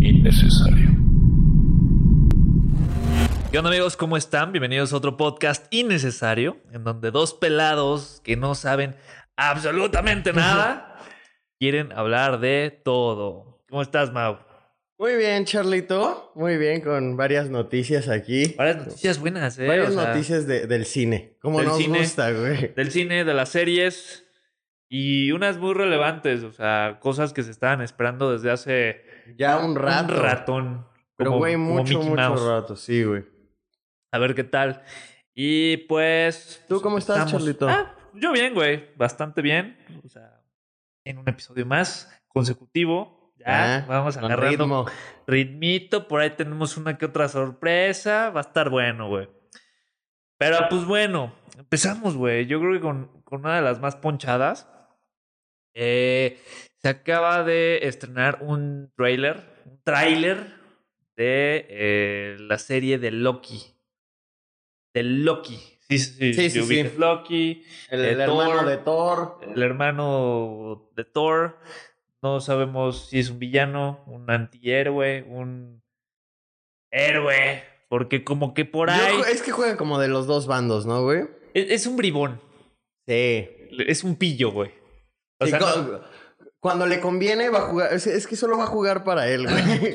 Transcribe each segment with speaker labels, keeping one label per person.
Speaker 1: innecesario.
Speaker 2: ¿Qué onda amigos? ¿Cómo están? Bienvenidos a otro podcast innecesario, en donde dos pelados que no saben absolutamente nada quieren hablar de todo. ¿Cómo estás, Mau?
Speaker 3: Muy bien, Charlito. Muy bien, con varias noticias aquí.
Speaker 2: Varias noticias buenas, ¿eh?
Speaker 3: Pues, Varias
Speaker 2: O sea,
Speaker 3: noticias de- del cine. Como
Speaker 2: del
Speaker 3: nos
Speaker 2: cine.
Speaker 3: gusta, güey.
Speaker 2: Del cine, de las series y unas muy relevantes, o sea, cosas que se estaban esperando desde hace
Speaker 3: Ya un rato.
Speaker 2: ratón.
Speaker 3: Pero,
Speaker 2: como-
Speaker 3: güey,
Speaker 2: como
Speaker 3: mucho,
Speaker 2: Mickey
Speaker 3: mucho
Speaker 2: Mouse.
Speaker 3: rato. Sí, güey.
Speaker 2: A ver qué tal. Y pues.
Speaker 3: ¿Tú cómo estás,
Speaker 2: empezamos.
Speaker 3: Charlito?
Speaker 2: Ah, yo bien, güey. Bastante bien. O sea, en un episodio más consecutivo. Ya
Speaker 3: Ah,
Speaker 2: vamos
Speaker 3: Con
Speaker 2: agarrando
Speaker 3: ritmo.
Speaker 2: ritmito. Por ahí tenemos una que otra sorpresa. Va a estar bueno, güey. Pero pues bueno, empezamos, güey. Yo creo que con, con una de las más ponchadas. Eh, se acaba de estrenar un trailer. Un tráiler de eh, la serie de Loki. De Loki. Sí, sí,
Speaker 3: Sí, sí,
Speaker 2: yo
Speaker 3: sí.
Speaker 2: vi que es Loki
Speaker 3: El,
Speaker 2: de
Speaker 3: el hermano
Speaker 2: Thor.
Speaker 3: de Thor.
Speaker 2: el hermano de Thor. No sabemos si es un villano, un antihéroe, un héroe. Porque como que por
Speaker 3: Yo
Speaker 2: ahí... e,
Speaker 3: ju- es que juega como de los dos bandos, ¿no, güey?
Speaker 2: Es, es un bribón.
Speaker 3: Sí.
Speaker 2: Es un pillo, güey. O
Speaker 3: Sí,
Speaker 2: sea,
Speaker 3: cu-
Speaker 2: no-
Speaker 3: Cuando le conviene va a jugar. Es, es que solo va a jugar para él, güey.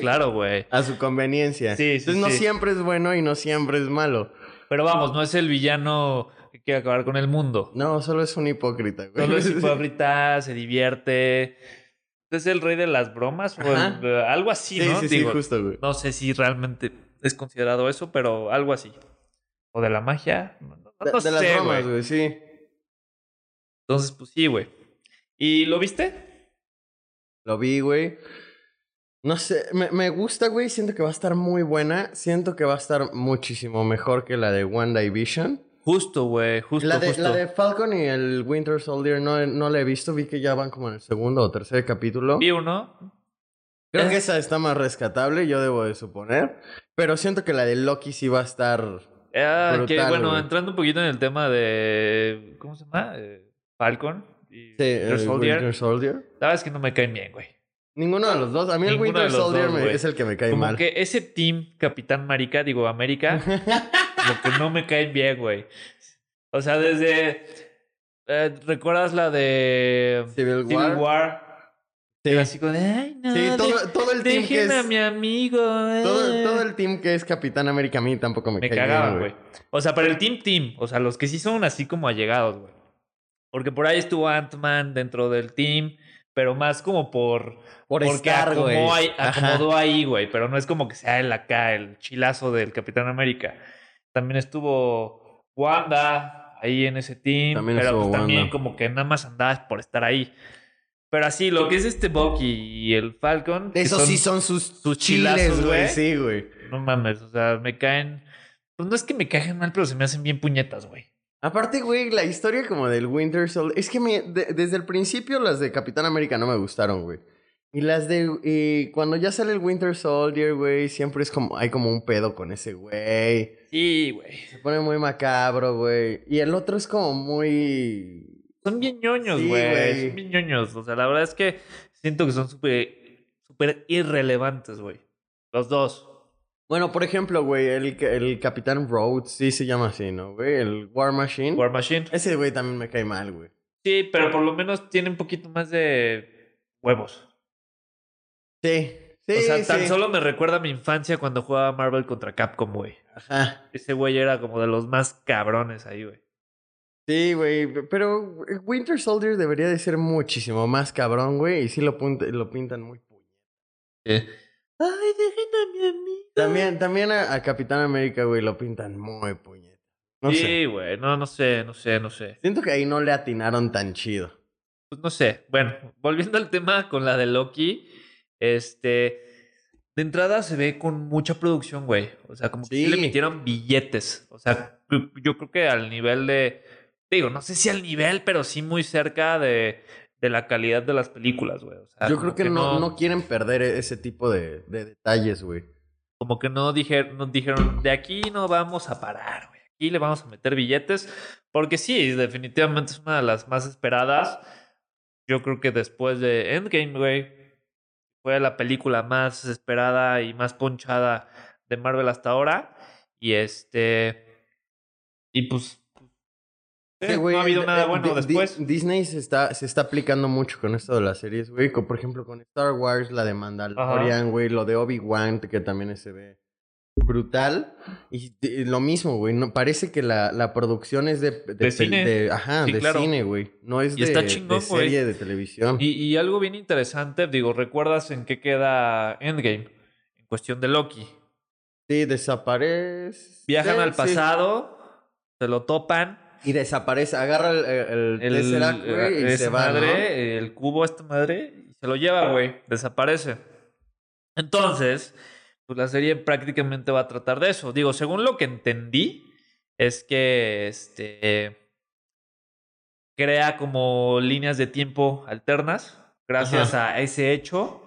Speaker 2: claro, güey.
Speaker 3: A su conveniencia.
Speaker 2: Sí, sí,
Speaker 3: Entonces no
Speaker 2: sí.
Speaker 3: siempre es bueno y no siempre es malo.
Speaker 2: Pero vamos, no es el villano que quiere acabar con el mundo.
Speaker 3: No, solo es un hipócrita, güey.
Speaker 2: Solo es hipócrita, se divierte. Es el rey de las bromas o
Speaker 3: Ajá.
Speaker 2: el- algo así,
Speaker 3: Sí, sí,
Speaker 2: ¿no?
Speaker 3: sí,
Speaker 2: Digo,
Speaker 3: justo, güey.
Speaker 2: No sé si realmente es considerado eso, pero algo así. O de la magia. No, no-
Speaker 3: De,
Speaker 2: no
Speaker 3: de las
Speaker 2: sé,
Speaker 3: bromas,
Speaker 2: güey.
Speaker 3: güey, sí.
Speaker 2: Entonces, pues sí, güey. ¿Y lo viste?
Speaker 3: Lo vi, güey. No sé, me, me gusta, güey. Siento que va a estar muy buena. Siento que va a estar muchísimo mejor que la de One Division.
Speaker 2: Justo, güey. Justo,
Speaker 3: La de,
Speaker 2: justo.
Speaker 3: la de Falcon y el Winter Soldier no, no la he visto. Vi que ya van como en el segundo o tercer capítulo.
Speaker 2: Vi uno.
Speaker 3: Creo que esa está más rescatable, yo debo de suponer. Pero siento que la de Loki sí va a estar...
Speaker 2: Ah, que
Speaker 3: brutal,
Speaker 2: bueno,
Speaker 3: güey.
Speaker 2: entrando un poquito en el tema de. ¿Cómo se llama? Eh, Falcon. Y
Speaker 3: Sí, eh,
Speaker 2: Winter
Speaker 3: el
Speaker 2: Soldier.
Speaker 3: Winter Soldier.
Speaker 2: La verdad es que no me caen bien, güey.
Speaker 3: Ninguno de los dos. A mí el
Speaker 2: Ninguno de
Speaker 3: Winter
Speaker 2: los
Speaker 3: Soldier
Speaker 2: dos,
Speaker 3: me-
Speaker 2: güey.
Speaker 3: es el que me cae
Speaker 2: Como
Speaker 3: mal.
Speaker 2: que ese team Capitán Marica, digo América, lo que no me caen bien, güey. O sea, desde. eh, ¿Recuerdas la de.
Speaker 3: Civil War.
Speaker 2: Civil War?
Speaker 3: Sí.
Speaker 2: Era así como de, Ay, no.
Speaker 3: Sí, todo, todo el team que
Speaker 2: Dejen a
Speaker 3: es...
Speaker 2: mi amigo. eh".
Speaker 3: Todo, todo el team que es Capitán América a mí tampoco me,
Speaker 2: Me
Speaker 3: cae bien,
Speaker 2: cagaban, güey. O sea, pero el Team Team, o sea, los que sí son así como allegados, güey. Porque por ahí estuvo Ant-Man dentro del team, pero más como por.
Speaker 3: Por
Speaker 2: porque
Speaker 3: estar, güey.
Speaker 2: acomodó ahí-
Speaker 3: Ajá.
Speaker 2: acomodó ahí, güey. Pero no es como que sea el acá, el chilazo del Capitán América. También estuvo Wanda ahí en ese team.
Speaker 3: También
Speaker 2: pero
Speaker 3: estuvo
Speaker 2: pues también
Speaker 3: Wanda.
Speaker 2: como que nada más andabas por estar ahí. Pero así, lo que es este Bucky y el Falcon. que
Speaker 3: Esos sí son sus,
Speaker 2: sus chilazos,
Speaker 3: chiles,
Speaker 2: güey.
Speaker 3: güey. Sí, güey.
Speaker 2: No mames, o sea, me caen. Pues no es que me caigan mal, pero se me hacen bien puñetas, güey.
Speaker 3: Aparte, güey, la historia como del Winter Soldier. Es que me- de- desde el principio las de Capitán América no me gustaron, güey. Y las de. y cuando ya sale el Winter Soldier, güey, siempre es como. Hay como un pedo con ese güey.
Speaker 2: Sí, güey.
Speaker 3: Se pone muy macabro, güey. Y el otro es como muy.
Speaker 2: Son bien ñoños,
Speaker 3: Sí,
Speaker 2: güey.
Speaker 3: güey.
Speaker 2: son bien ñoños. O sea, la verdad es que siento que son súper súper irrelevantes, güey. Los dos.
Speaker 3: Bueno, por ejemplo, güey, el, el Capitán Rhodes, sí se llama así, ¿no, güey? El War Machine.
Speaker 2: War Machine.
Speaker 3: Ese güey también me cae mal, güey.
Speaker 2: ¿Mm? Sí, pero por lo menos tiene un poquito más de huevos.
Speaker 3: Sí, sí,
Speaker 2: o sea, tan
Speaker 3: sí.
Speaker 2: solo me recuerda a mi infancia cuando jugaba Marvel contra Capcom, güey.
Speaker 3: Ajá.
Speaker 2: Ese güey era como de los más cabrones ahí, güey.
Speaker 3: Sí, güey, pero Winter Soldier debería de ser muchísimo más cabrón, güey, y sí lo, punta- lo pintan muy puñe.
Speaker 2: Ay, dejen a mi amigo.
Speaker 3: También, también a, a Capitán América, güey, lo pintan muy puñe. No sé.
Speaker 2: sí, güey. No, no sé, no sé, no sé.
Speaker 3: Siento que ahí no le atinaron tan chido.
Speaker 2: Pues no sé. Bueno, volviendo al tema con la de Loki, este. De entrada se ve con mucha producción, güey. O sea, como que sí
Speaker 3: Sí.
Speaker 2: le metieron billetes. O sea, yo- yo creo que al nivel de. Digo, no sé si al nivel, pero sí muy cerca de, de la calidad de las películas, güey. O sea,
Speaker 3: Yo
Speaker 2: Ah, como
Speaker 3: creo que, no, no quieren perder e- ese tipo de, de detalles, güey.
Speaker 2: como que no, dije- no dijeron, de aquí no vamos a parar, güey. Aquí le vamos a meter billetes. Porque sí, definitivamente es una de las más esperadas. Yo creo que después de Endgame, güey. fue la película más esperada y más ponchada de Marvel hasta ahora. Y este. Y pues. eh,
Speaker 3: Sí, güey,
Speaker 2: no ha habido
Speaker 3: eh,
Speaker 2: nada
Speaker 3: eh,
Speaker 2: bueno
Speaker 3: Di- Di-
Speaker 2: después.
Speaker 3: Disney se está, se está aplicando mucho con esto de las series, güey. co- Por ejemplo, con Star Wars, la de Mandalorian, güey. Lo de Obi-Wan, que también se ve brutal. Y, de- lo mismo, güey. No, parece que la, la producción es de... De, pel-
Speaker 2: cine.
Speaker 3: de- ajá,
Speaker 2: Sí,
Speaker 3: de
Speaker 2: claro.
Speaker 3: cine, güey. No es
Speaker 2: Y
Speaker 3: de,
Speaker 2: está
Speaker 3: de
Speaker 2: chingón, güey.
Speaker 3: serie de televisión.
Speaker 2: Y, y algo bien interesante, digo, ¿recuerdas en qué queda Endgame? En cuestión de Loki.
Speaker 3: Sí, desaparece.
Speaker 2: Viajan al
Speaker 3: Sí.
Speaker 2: pasado, se lo topan.
Speaker 3: Y desaparece. Agarra el, el, el
Speaker 2: El, eh,
Speaker 3: Tesseract, güey, y
Speaker 2: esa
Speaker 3: se va, ¿no?
Speaker 2: madre, el cubo, esta madre, y se lo lleva, güey. Desaparece. Entonces, pues la serie prácticamente va a tratar de eso. Digo, según lo que entendí, es que este crea como líneas de tiempo alternas gracias a ese hecho.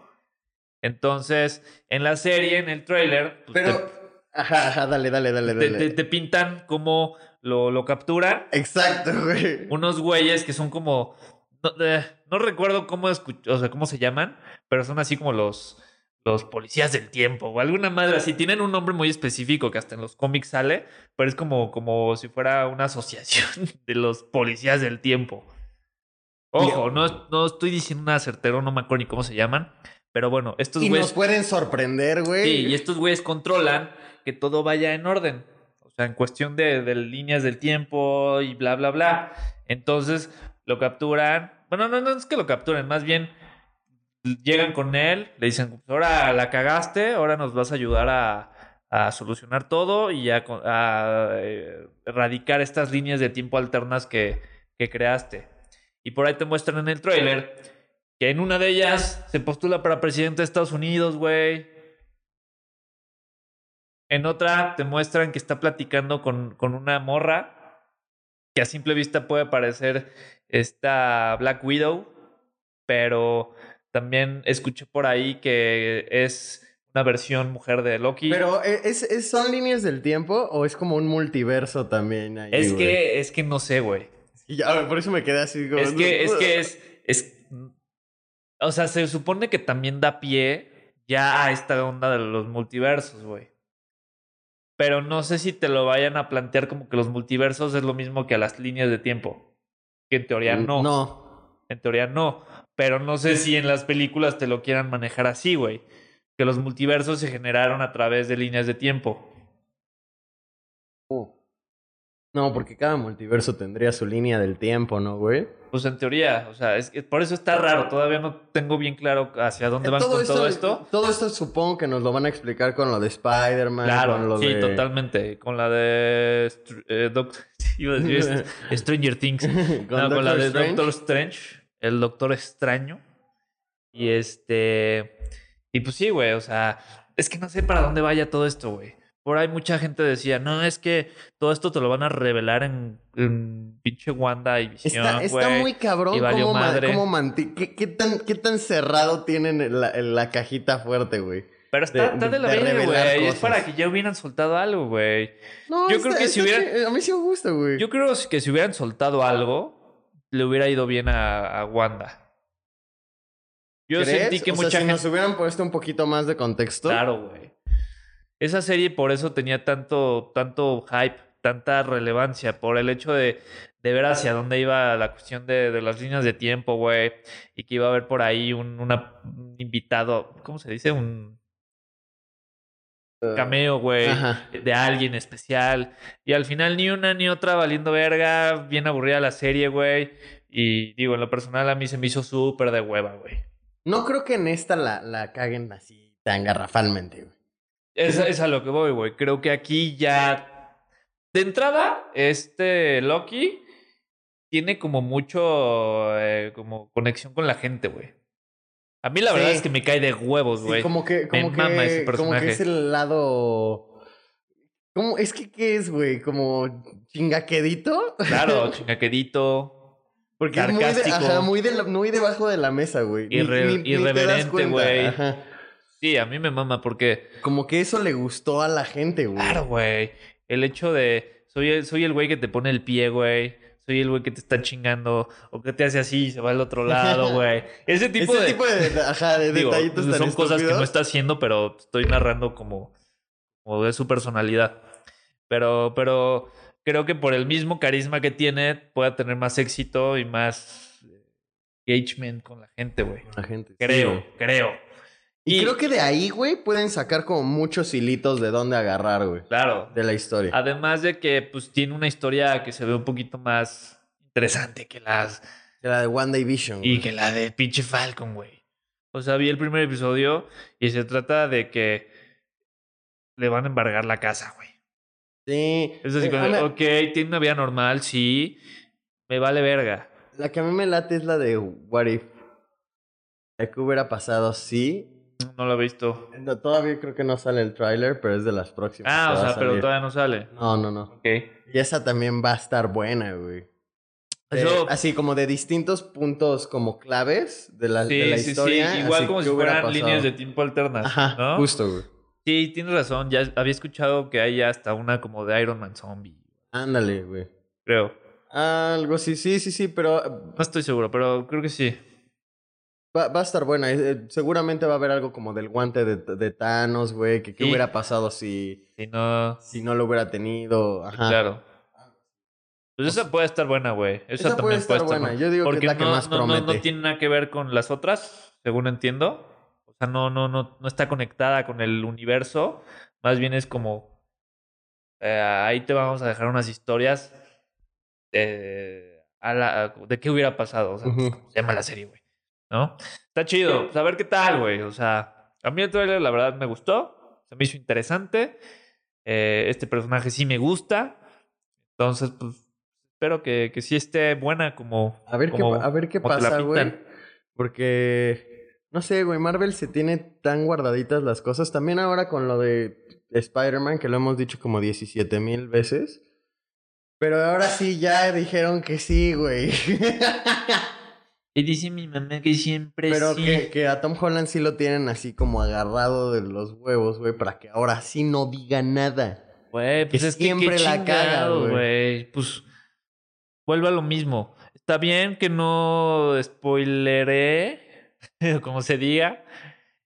Speaker 2: Entonces, en la serie, en el trailer, pues,
Speaker 3: Pero... Ajá, ajá, dale, dale, dale,
Speaker 2: te,
Speaker 3: dale.
Speaker 2: te- te- te pintan cómo lo, lo capturan
Speaker 3: Exacto, güey.
Speaker 2: unos güeyes que son como. No, eh, no recuerdo cómo, escu- o sea, cómo se llaman, pero son así como los, los policías del tiempo o alguna madre así. Tienen un nombre muy específico que hasta en los cómics sale, pero es como, como si fuera una asociación de los policías del tiempo. Ojo, no, no estoy diciendo nada certero, no me acuerdo ni cómo se llaman, pero bueno, estos
Speaker 3: Y nos
Speaker 2: güeyes.
Speaker 3: pueden sorprender, güey.
Speaker 2: Sí, y estos güeyes controlan que todo vaya en orden. O sea, en cuestión de, de líneas del tiempo y bla, bla, bla. Entonces lo capturan. Bueno, no, no es que lo capturen, más bien llegan con él, le dicen, "Pues ahora la cagaste, ahora nos vas a ayudar a, a solucionar todo y a, co- a, eh, erradicar estas líneas de tiempo alternas que, que creaste. Y por ahí te muestran en el tráiler que en una de ellas se postula para presidente de Estados Unidos, güey. En otra te muestran que está platicando con, con una morra que a simple vista puede parecer esta Black Widow, pero también escuché por ahí que es una versión mujer de Loki.
Speaker 3: Pero ¿e- ¿es, es- son líneas del tiempo o es como un multiverso también ahí,
Speaker 2: es
Speaker 3: güey?
Speaker 2: que es que no sé, güey.
Speaker 3: Y ya, güey, por eso me quedé así como...
Speaker 2: Es que es que es es o sea, se supone que también da pie ya a esta onda de los multiversos, güey. Pero no sé si te lo vayan a plantear como que los multiversos es lo mismo que a las líneas de tiempo. Que en teoría no.
Speaker 3: No.
Speaker 2: En teoría no. Pero no sé si en las películas te lo quieran manejar así, güey. Que los multiversos se generaron a través de líneas de tiempo.
Speaker 3: No, porque cada multiverso tendría su línea del tiempo, ¿no, güey?
Speaker 2: Pues en teoría, o sea, es que por eso está raro. Todavía no tengo bien claro hacia dónde van con Eh, todo esto.
Speaker 3: Todo esto supongo que nos lo van a explicar con lo de Spider-Man. con
Speaker 2: Claro,
Speaker 3: lo
Speaker 2: sí,
Speaker 3: de...
Speaker 2: totalmente. Con la de Str- eh, Doc- iba a decir est- Stranger Things. No,
Speaker 3: con,
Speaker 2: con la
Speaker 3: Doctor
Speaker 2: de
Speaker 3: Strange.
Speaker 2: Doctor Strange, el Doctor Extraño. Y este. Y pues sí, güey. O sea, es que no sé para dónde vaya todo esto, güey. Por ahí mucha gente decía, no, es que todo esto te lo van a revelar en, en pinche Wanda y Visión,
Speaker 3: Está, está
Speaker 2: güey.
Speaker 3: muy cabrón
Speaker 2: y valió
Speaker 3: cómo, ma-
Speaker 2: madre.
Speaker 3: cómo manti- qué, qué tan, qué tan cerrado tienen la, la cajita fuerte, güey.
Speaker 2: Pero está
Speaker 3: de-
Speaker 2: está de, la
Speaker 3: de
Speaker 2: verga,
Speaker 3: revelar
Speaker 2: güey. Es
Speaker 3: cosas.
Speaker 2: para que ya hubieran soltado algo, güey.
Speaker 3: No,
Speaker 2: Yo creo que si hubiera-
Speaker 3: chi- A mí sí me gusta, güey.
Speaker 2: Yo creo que si hubieran soltado algo, le hubiera ido bien a, a Wanda. Yo
Speaker 3: ¿Crees?
Speaker 2: sentí que
Speaker 3: O sea,
Speaker 2: mucha
Speaker 3: si
Speaker 2: gente.
Speaker 3: nos hubieran puesto un poquito más de contexto.
Speaker 2: Claro, güey. Esa serie por eso tenía tanto, tanto hype, tanta relevancia, por el hecho de, de ver hacia dónde iba la cuestión de, de las líneas de tiempo, güey. Y que iba a haber por ahí un, una- un invitado, ¿cómo se dice? Un
Speaker 3: Eh,
Speaker 2: cameo, güey.
Speaker 3: Ajá.
Speaker 2: de alguien especial. Y al final ni una ni otra valiendo verga, bien aburrida la serie, güey. Y digo, en lo personal a mí se me hizo súper de hueva, güey.
Speaker 3: No creo que en esta la, la caguen así tan garrafalmente, güey.
Speaker 2: Es, es a lo que voy, güey. Creo que aquí ya... De entrada, este Loki tiene como mucho eh, como conexión con la gente, güey. A mí la verdad
Speaker 3: Sí.
Speaker 2: es que me cae de huevos,
Speaker 3: Sí,
Speaker 2: Pues, güey.
Speaker 3: como que, como
Speaker 2: mama ese
Speaker 3: que, como
Speaker 2: personaje.
Speaker 3: que es el lado. ¿Cómo? Es que qué es, güey, como chingaquedito.
Speaker 2: Claro, chingaquedito.
Speaker 3: Porque es muy, de-
Speaker 2: Sarcástico.
Speaker 3: ajá, muy, de la- muy debajo de la mesa, güey. Ni-
Speaker 2: Irre-
Speaker 3: ni- ni te das
Speaker 2: irreverente,
Speaker 3: cuenta,
Speaker 2: güey.
Speaker 3: ajá.
Speaker 2: Sí, a mí me mama porque...
Speaker 3: Como que eso le gustó a
Speaker 2: Ah,
Speaker 3: la gente, güey.
Speaker 2: Claro, güey. El hecho de. Soy el, soy el güey que te pone el pie, güey. soy el güey que te está chingando o que te hace así y se va al otro lado, güey. Ese tipo
Speaker 3: Ese
Speaker 2: de...
Speaker 3: tipo de, ajá, de
Speaker 2: digo, pues,
Speaker 3: detallitos tan
Speaker 2: son cosas que no
Speaker 3: estúpidos.
Speaker 2: está haciendo, pero estoy narrando como, como de su personalidad. Pero, pero creo que por el mismo carisma que tiene, pueda tener más éxito y más eh, engagement con la gente, güey.
Speaker 3: La gente, sí,
Speaker 2: Creo,
Speaker 3: güey.
Speaker 2: creo.
Speaker 3: y creo que de ahí, güey, pueden sacar como muchos hilitos de dónde agarrar, güey.
Speaker 2: Claro.
Speaker 3: De la historia.
Speaker 2: Además de que pues tiene una historia que se ve un poquito más interesante que las
Speaker 3: La de One Day Vision.
Speaker 2: y
Speaker 3: güey.
Speaker 2: que la de pinche Falcon, güey. O sea, vi el primer episodio y se trata de que le van a embargar la casa, güey.
Speaker 3: Sí.
Speaker 2: Es así
Speaker 3: Eh,
Speaker 2: como,
Speaker 3: a mí-
Speaker 2: ok, tiene una vida normal, sí, me vale verga.
Speaker 3: La que a mí me late es la de What If. La que hubiera pasado, sí.
Speaker 2: No lo he visto.
Speaker 3: No, todavía creo que no sale el tráiler, pero es de las próximas.
Speaker 2: Ah,
Speaker 3: que
Speaker 2: o
Speaker 3: va a
Speaker 2: sea, pero
Speaker 3: salir. Eh,
Speaker 2: todavía no sale.
Speaker 3: No, no, no.
Speaker 2: Ok.
Speaker 3: Y esa también va a estar buena, güey. De-
Speaker 2: Eso,
Speaker 3: así como de distintos puntos como claves de la, de
Speaker 2: sí,
Speaker 3: la
Speaker 2: sí,
Speaker 3: historia.
Speaker 2: sí. Igual
Speaker 3: así
Speaker 2: como
Speaker 3: que
Speaker 2: si
Speaker 3: hubiera
Speaker 2: fueran
Speaker 3: pasado.
Speaker 2: líneas de tiempo alternas,
Speaker 3: Ajá,
Speaker 2: ¿no?
Speaker 3: justo, güey.
Speaker 2: Sí, tienes razón. Ya había escuchado que hay hasta una como de Iron Man Zombie,
Speaker 3: Ándale, güey.
Speaker 2: creo.
Speaker 3: Algo así, sí, sí, sí, pero eh,
Speaker 2: No estoy seguro, pero creo que sí.
Speaker 3: va, va a estar buena. Eh, Seguramente va a haber algo como del guante de, de Thanos, güey, que qué
Speaker 2: Sí.
Speaker 3: hubiera pasado si,
Speaker 2: Si no,
Speaker 3: si no lo hubiera tenido. Ajá.
Speaker 2: claro. Pues esa puede estar buena, güey. Esa,
Speaker 3: Esa
Speaker 2: también
Speaker 3: puede estar buena. Yo digo
Speaker 2: Porque
Speaker 3: que es la que
Speaker 2: no,
Speaker 3: más
Speaker 2: no- no-
Speaker 3: promete.
Speaker 2: no tiene nada que ver con las otras, según entiendo. O sea, no, no, no, no está conectada con el universo. Más bien es como. eh, ahí te vamos a dejar unas historias eh, a la- a- de qué hubiera pasado. O sea,
Speaker 3: Ujú.
Speaker 2: se llama la serie, güey. ¿No? Está chido. Pues a ver qué tal, güey. O sea, a mí el trailer, la verdad, me gustó. Se me hizo interesante. Eh, este personaje sí me gusta. Entonces, pues, espero que, que sí esté buena como.
Speaker 3: A ver, qué,
Speaker 2: como-
Speaker 3: a ver qué
Speaker 2: como te la
Speaker 3: pasa, güey.
Speaker 2: pintan.
Speaker 3: Porque, no sé, güey, Marvel se tiene tan guardaditas las cosas. También ahora con lo de Spider-Man, que lo hemos dicho como 17 mil veces. Pero ahora sí ya dijeron que sí, güey.
Speaker 2: Y dice mi mamá que siempre
Speaker 3: Pero
Speaker 2: Pues sí.
Speaker 3: que, que a Tom Holland sí lo tienen así como agarrado de los huevos, güey, para que ahora sí no diga nada.
Speaker 2: Güey, pues
Speaker 3: que
Speaker 2: es que qué
Speaker 3: siempre la caga,
Speaker 2: chingado,
Speaker 3: güey.
Speaker 2: güey. Pues vuelve a lo mismo. Está bien que no spoileré, como se diga,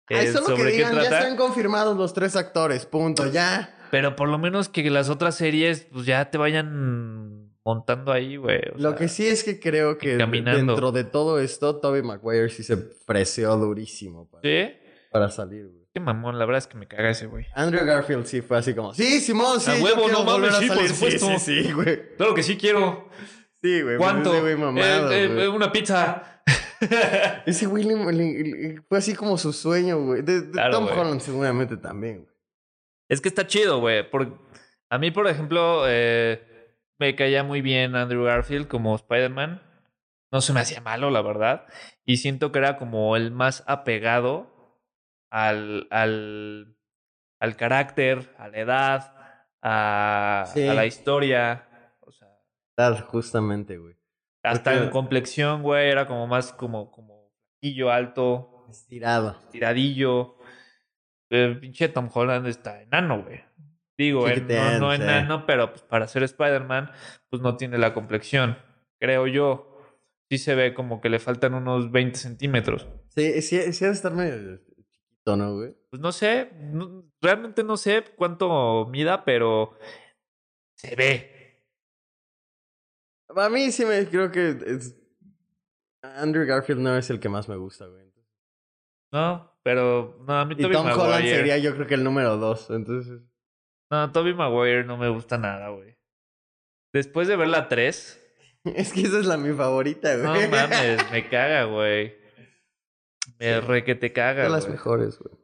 Speaker 3: Ay,
Speaker 2: eh,
Speaker 3: solo que
Speaker 2: sobre qué
Speaker 3: digan, ya
Speaker 2: trata.
Speaker 3: están confirmados los tres actores, punto, ya.
Speaker 2: Pero por lo menos que las otras series, pues ya te vayan montando ahí, güey. o
Speaker 3: Lo
Speaker 2: sea,
Speaker 3: que sí es que creo que
Speaker 2: caminando.
Speaker 3: dentro de todo esto, Toby Maguire sí se freseó durísimo para,
Speaker 2: ¿Sí?
Speaker 3: para salir, güey.
Speaker 2: Qué mamón, la verdad es que me caga ese güey.
Speaker 3: Andrew Garfield sí fue así como, sí, Simón, sí,
Speaker 2: A
Speaker 3: yo
Speaker 2: huevo,
Speaker 3: quiero
Speaker 2: no mames,
Speaker 3: volver a
Speaker 2: sí, por
Speaker 3: salir". Sí,
Speaker 2: supuesto.
Speaker 3: sí, sí, güey.
Speaker 2: Claro que sí quiero.
Speaker 3: Sí, güey. pues
Speaker 2: ¿Cuánto?
Speaker 3: Ese güey mamado,
Speaker 2: Eh, eh,
Speaker 3: güey.
Speaker 2: una pizza.
Speaker 3: Ese güey le- le- le- fue así como su sueño, güey. De, de
Speaker 2: Claro,
Speaker 3: Tom
Speaker 2: güey.
Speaker 3: Holland seguramente también, güey.
Speaker 2: Es que está chido, güey. por- A mí, por ejemplo, eh, me caía muy bien Andrew Garfield como Spider-Man. No se me hacía malo, la verdad. Y siento que era como el más apegado al, al, al carácter, a la edad, a,
Speaker 3: Sí.
Speaker 2: a la historia. O sea,
Speaker 3: Tal, justamente, güey.
Speaker 2: hasta
Speaker 3: Porque-
Speaker 2: en complexión, güey, era como más como, como flaquillo, alto,
Speaker 3: Estirado.
Speaker 2: tiradillo. El pinche Tom Holland está enano, güey. Digo, en- no,
Speaker 3: Chiquitín,
Speaker 2: no
Speaker 3: sí.
Speaker 2: enano, pero pues, para ser Spider-Man, pues no tiene la complexión, creo yo. Sí se ve como que le faltan unos 20 centímetros.
Speaker 3: Sí, sí, sí ha de estar medio chiquito, ¿no, güey?
Speaker 2: Pues no sé, no- realmente no sé cuánto mida, pero se ve.
Speaker 3: A mí sí me creo que es- Andrew Garfield no es el que más me gusta, güey.
Speaker 2: ¿No? Pero no, a mí
Speaker 3: Y
Speaker 2: Tobey
Speaker 3: Tom
Speaker 2: Maguire.
Speaker 3: Holland sería yo creo que el número dos, entonces...
Speaker 2: No, Tobey Maguire no me gusta nada, güey. Después de ver la 3,
Speaker 3: Es que esa es la mi favorita,
Speaker 2: no
Speaker 3: güey.
Speaker 2: mames, me caga, güey. Me
Speaker 3: Sí.
Speaker 2: re que te
Speaker 3: Es
Speaker 2: caga,
Speaker 3: de las
Speaker 2: güey.
Speaker 3: mejores, güey.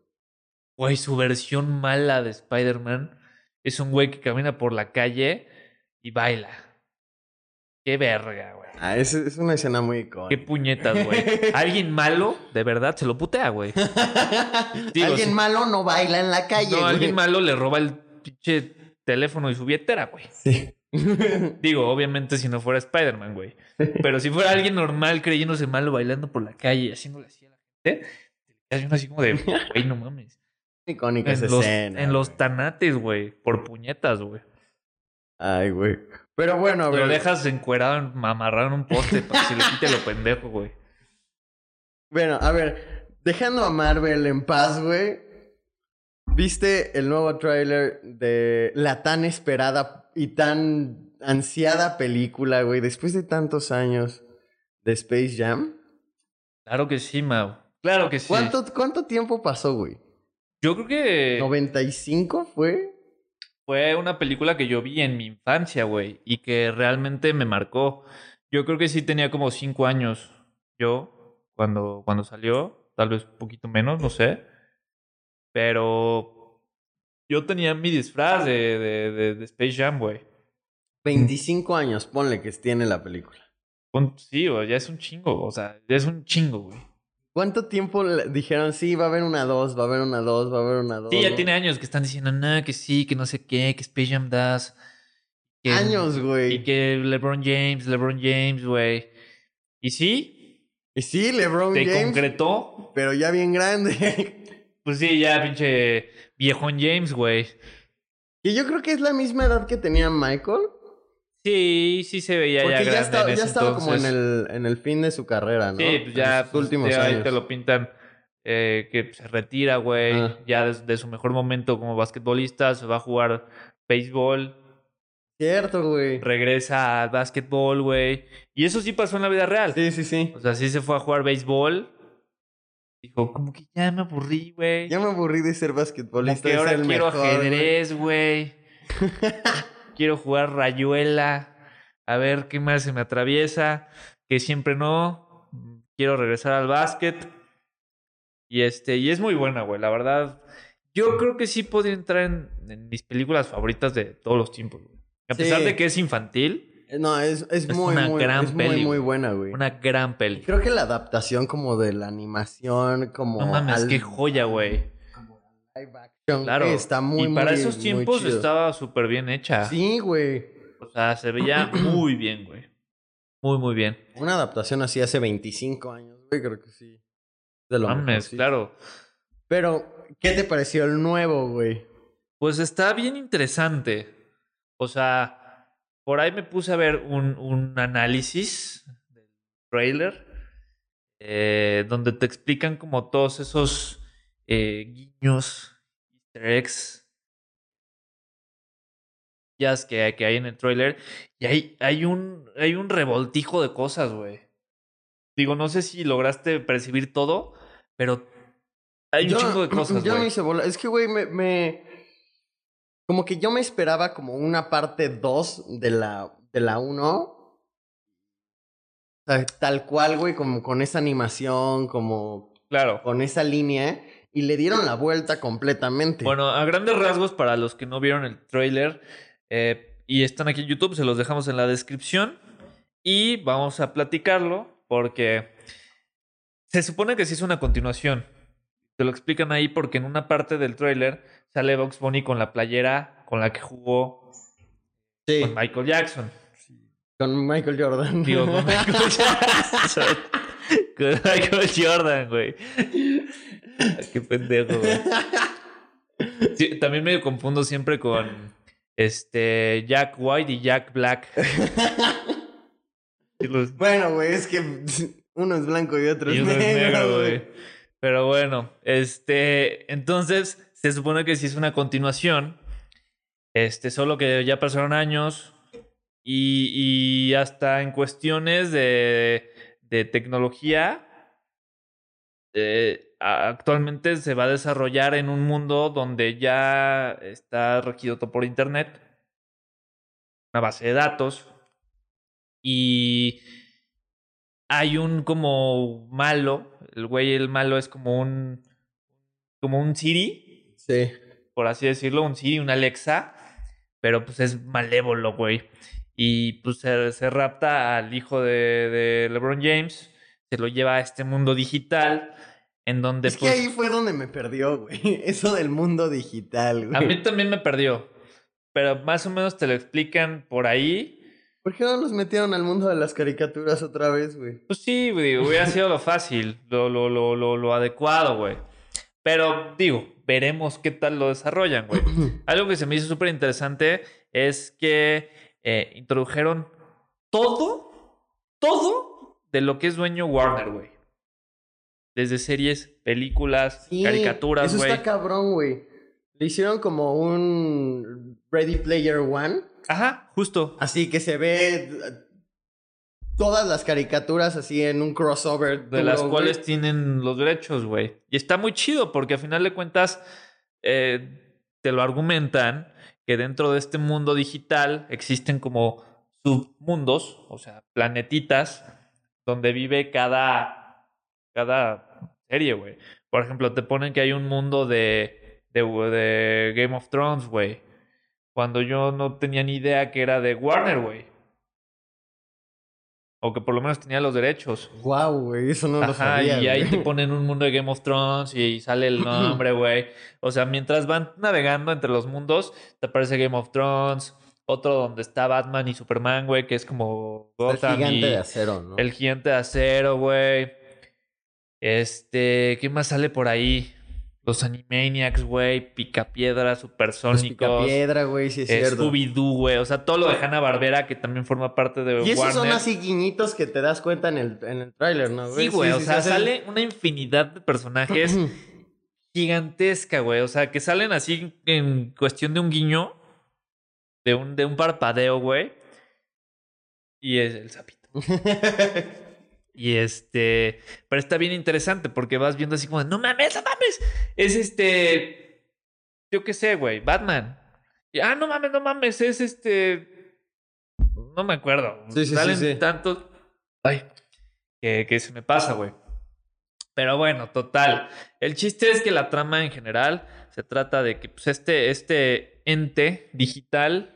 Speaker 2: Güey, su versión mala de Spider-Man es un güey que camina por la calle y baila. Qué verga, güey.
Speaker 3: Ah, es, es una escena muy
Speaker 2: Qué
Speaker 3: icónica.
Speaker 2: puñetas, güey. Alguien malo, de verdad, se lo putea, güey. Digo,
Speaker 3: alguien
Speaker 2: sí.
Speaker 3: malo no baila en la calle,
Speaker 2: No,
Speaker 3: güey.
Speaker 2: alguien malo le roba el pinche teléfono y su billetera, güey.
Speaker 3: Sí.
Speaker 2: Digo, obviamente si no fuera Spider-Man, güey. Pero si fuera alguien normal creyéndose malo bailando por la calle, haciéndole así a la gente, te quedas viendo así como de, güey, no mames.
Speaker 3: icónica esa
Speaker 2: En los,
Speaker 3: escena.
Speaker 2: en los
Speaker 3: güey.
Speaker 2: tanates, güey. Por puñetas, güey.
Speaker 3: Ay, güey. Pero bueno, a
Speaker 2: Lo
Speaker 3: ver.
Speaker 2: dejas encuerado, en- amarrado en un poste para que se le quite lo pendejo, güey.
Speaker 3: Bueno, a ver. Dejando a Marvel en paz, güey. ¿Viste el nuevo tráiler de la tan esperada y tan ansiada película, güey? Después de tantos años de Space Jam.
Speaker 2: Claro que sí, Mau. Claro que sí.
Speaker 3: ¿Cuánto, cuánto tiempo pasó, güey?
Speaker 2: Yo creo que
Speaker 3: ¿95 fue?
Speaker 2: fue una película que yo vi en mi infancia, güey, y que realmente me marcó. Yo creo que sí tenía como cinco años yo cuando, cuando salió, tal vez un poquito menos, no sé. Pero yo tenía mi disfraz de, de, de- de Space Jam, güey.
Speaker 3: 25 años, ponle que tiene la película.
Speaker 2: Pon- Sí, güey, ya es un chingo, o sea, ya es un chingo, güey.
Speaker 3: ¿Cuánto tiempo le- dijeron, sí, va a haber una 2, va a haber una 2, va a haber una 2?
Speaker 2: Sí, ya tiene años que están diciendo, nada, que sí, que no sé qué, que Space Jam das. que-
Speaker 3: años,
Speaker 2: Y
Speaker 3: güey.
Speaker 2: que LeBron James, LeBron James, güey. Y sí,
Speaker 3: Y sí, LeBron
Speaker 2: se
Speaker 3: James,
Speaker 2: concretó.
Speaker 3: pero ya bien grande.
Speaker 2: Pues sí, ya pinche viejón James, güey.
Speaker 3: y yo creo que es la misma edad que tenía Michael.
Speaker 2: Sí, sí se veía ya
Speaker 3: Porque
Speaker 2: grande
Speaker 3: ya, estaba-
Speaker 2: en ese
Speaker 3: ya estaba como en
Speaker 2: entonces.
Speaker 3: el, en el fin de su carrera, ¿no?
Speaker 2: Sí, pues
Speaker 3: En
Speaker 2: ya
Speaker 3: sus
Speaker 2: pues,
Speaker 3: últimos
Speaker 2: te- ahí
Speaker 3: años.
Speaker 2: te lo pintan eh, que se retira, güey.
Speaker 3: Ah.
Speaker 2: Ya de, de su mejor momento como basquetbolista se va a jugar béisbol.
Speaker 3: Cierto, güey.
Speaker 2: Regresa al básquetbol, güey. Y eso sí pasó en la vida real.
Speaker 3: Sí, sí, sí.
Speaker 2: O sea, sí se fue a jugar béisbol. Dijo, como que ya me aburrí, güey.
Speaker 3: Ya me aburrí de ser basquetbolista.
Speaker 2: que
Speaker 3: de
Speaker 2: ahora
Speaker 3: ser el
Speaker 2: quiero
Speaker 3: mejor, güey.
Speaker 2: ajedrez, güey. quiero jugar rayuela. A ver qué más se me atraviesa. Que siempre no. Quiero regresar al básquet. Y este, y es muy buena, güey. La verdad, yo creo que sí podría entrar en, en mis películas favoritas de todos los tiempos, güey. A
Speaker 3: Sí.
Speaker 2: pesar de que es infantil,
Speaker 3: No, es, es,
Speaker 2: Es
Speaker 3: muy,
Speaker 2: una
Speaker 3: muy,
Speaker 2: gran
Speaker 3: es muy,
Speaker 2: peli,
Speaker 3: muy
Speaker 2: güey.
Speaker 3: buena, güey.
Speaker 2: una gran peli.
Speaker 3: Creo que la adaptación como de la animación, como...
Speaker 2: No mames,
Speaker 3: al-
Speaker 2: qué joya, güey.
Speaker 3: live action,
Speaker 2: Claro.
Speaker 3: güey, Está muy,
Speaker 2: y para
Speaker 3: muy-
Speaker 2: esos
Speaker 3: muy
Speaker 2: tiempos
Speaker 3: chido.
Speaker 2: estaba súper bien hecha.
Speaker 3: Sí, güey.
Speaker 2: O sea, se veía muy bien, güey. Muy, muy bien.
Speaker 3: Una adaptación así hace 25 años, güey, creo que sí. De lo mejor,
Speaker 2: Mames,
Speaker 3: sí.
Speaker 2: claro.
Speaker 3: Pero, ¿qué te pareció el nuevo, güey?
Speaker 2: Pues está bien interesante. O sea, por ahí me puse a ver un, un análisis del trailer eh, donde te explican como todos esos eh, guiños, easter eggs ya es que, que hay en el trailer. Y hay, hay, un, hay un revoltijo de cosas, güey. Digo, no sé si lograste percibir todo, pero hay un chingo de cosas,
Speaker 3: Yo
Speaker 2: güey.
Speaker 3: me hice bola. Es que, güey, me, me- Como que yo me esperaba como una parte 2 de la, de la 1. Tal, tal cual, güey, como con esa animación, como
Speaker 2: Claro.
Speaker 3: con esa línea. Y le dieron la vuelta completamente.
Speaker 2: Bueno, a grandes rasgos, para los que no vieron el trailer eh, y están aquí en YouTube, se los dejamos en la descripción y vamos a platicarlo porque se supone que sí es una continuación. Te lo explican ahí porque en una parte del trailer sale Box Bunny con la playera con la que jugó
Speaker 3: Sí,
Speaker 2: con Michael Jackson.
Speaker 3: con Michael Jordan.
Speaker 2: Digo, con Michael Jackson. Con Michael Jordan, güey. Ay, Qué pendejo, güey. Sí, también me confundo siempre con este Jack White y Jack Black. Y los-
Speaker 3: Bueno, güey, es que uno es blanco y otro
Speaker 2: y
Speaker 3: es
Speaker 2: uno es
Speaker 3: negro,
Speaker 2: negro,
Speaker 3: güey.
Speaker 2: güey. Pero bueno, este, entonces se supone que sí es una continuación, este, solo que ya pasaron años y, y hasta en cuestiones de, de tecnología, eh, a- actualmente se va a desarrollar en un mundo donde ya está regido todo por internet, una base de datos y hay un como malo, el güey el malo es como un como un Siri,
Speaker 3: Sí.
Speaker 2: por así decirlo, un Siri, un Alexa, pero pues es malévolo, güey. Y pues se, se rapta al hijo de, de LeBron James, se lo lleva a este mundo digital en donde
Speaker 3: Es que
Speaker 2: pues
Speaker 3: ahí fue donde me perdió, güey. Eso del mundo digital,
Speaker 2: pues, a mí
Speaker 3: güey.
Speaker 2: también me perdió, pero más o menos te lo explican por ahí.
Speaker 3: ¿Por qué no los metieron al mundo de las caricaturas otra vez, güey?
Speaker 2: Pues sí, güey, hubiera sido lo fácil, lo, lo, lo, lo, lo adecuado, güey. Pero digo, veremos qué tal lo desarrollan, güey. Algo que se me hizo súper interesante es que eh, introdujeron todo, todo de lo que es dueño Warner, güey. Desde series, películas,
Speaker 3: Sí,
Speaker 2: caricaturas,
Speaker 3: Eso
Speaker 2: güey.
Speaker 3: está cabrón, güey. Le hicieron como un Ready Player One.
Speaker 2: Ajá, justo.
Speaker 3: Así que se ve eh, todas las caricaturas así en un crossover.
Speaker 2: de
Speaker 3: duro,
Speaker 2: las
Speaker 3: güey.
Speaker 2: cuales tienen los derechos, güey. Y está muy chido porque a final de cuentas eh, te lo argumentan que dentro de este mundo digital existen como submundos, o sea, planetitas donde vive cada cada serie, güey. Por ejemplo, te ponen que hay un mundo de de, de Game of Thrones, güey. Cuando yo no tenía ni idea que era de Warner, güey. O que por lo menos tenía los derechos.
Speaker 3: Guau, güey, eso no lo
Speaker 2: Ajá,
Speaker 3: sabía.
Speaker 2: y ahí
Speaker 3: güey.
Speaker 2: te ponen un mundo de Game of Thrones y sale el nombre, güey. O sea, mientras van navegando entre los mundos, te aparece Game of Thrones, otro donde está Batman y Superman, güey, que es como
Speaker 3: El
Speaker 2: Gotham y
Speaker 3: gigante de acero, ¿no?
Speaker 2: el gigante de acero, güey. Este, ¿qué más sale por ahí? Los Animaniacs, güey, Picapiedra,
Speaker 3: Los
Speaker 2: Supersónicos,
Speaker 3: picapiedra, güey, sí es
Speaker 2: eh,
Speaker 3: cierto.
Speaker 2: Scooby-Doo, güey. O sea, todo lo de Hanna-Barbera que también forma parte de
Speaker 3: Y esos
Speaker 2: Warner.
Speaker 3: son así guiñitos que te das cuenta en el, en el tráiler, ¿no?
Speaker 2: Sí, güey, o
Speaker 3: sí,
Speaker 2: sea,
Speaker 3: sí, sí.
Speaker 2: sale una infinidad de personajes gigantesca, güey. O sea, que salen así en cuestión de un guiño, de un, de un parpadeo, güey. Y es el sapito. Y este. Pero está bien interesante porque vas viendo así como, de, no mames, no mames. Es este. Yo qué sé, güey, Batman. Y, ah, no mames, no mames, es este. No me acuerdo.
Speaker 3: Sí, sí, sí,
Speaker 2: Salen
Speaker 3: sí.
Speaker 2: tantos. Ay, que, que se me pasa, güey. Pero bueno, total. El chiste es que la trama en general se trata de que pues, este, este ente digital.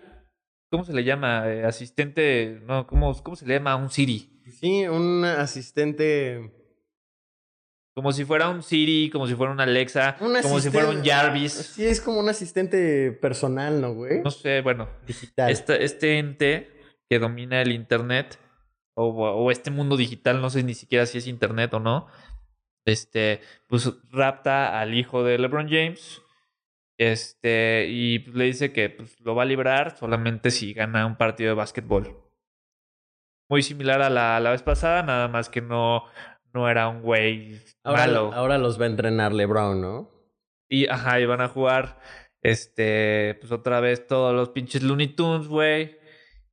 Speaker 2: ¿Cómo se le llama? Eh, asistente. No, ¿cómo, ¿cómo se le llama? Un Siri.
Speaker 3: sí, un asistente...
Speaker 2: Como si fuera un Siri, como si fuera un Alexa,
Speaker 3: Un
Speaker 2: como si
Speaker 3: asistente-
Speaker 2: fuera un Jarvis.
Speaker 3: Sí, es como un asistente personal, ¿no, güey?
Speaker 2: No sé, bueno.
Speaker 3: Digital.
Speaker 2: esta- este ente que domina el Internet o, o este mundo digital, no sé ni siquiera si es Internet o no, este, pues rapta al hijo de LeBron James este, y pues, le dice que pues, lo va a librar solamente si gana un partido de básquetbol. Muy similar a la, la vez pasada, nada más que no, no era un güey
Speaker 3: ahora,
Speaker 2: malo.
Speaker 3: ahora los va a entrenar LeBron, ¿no?
Speaker 2: Y ajá, y van a jugar este pues otra vez todos los pinches Looney Tunes, güey.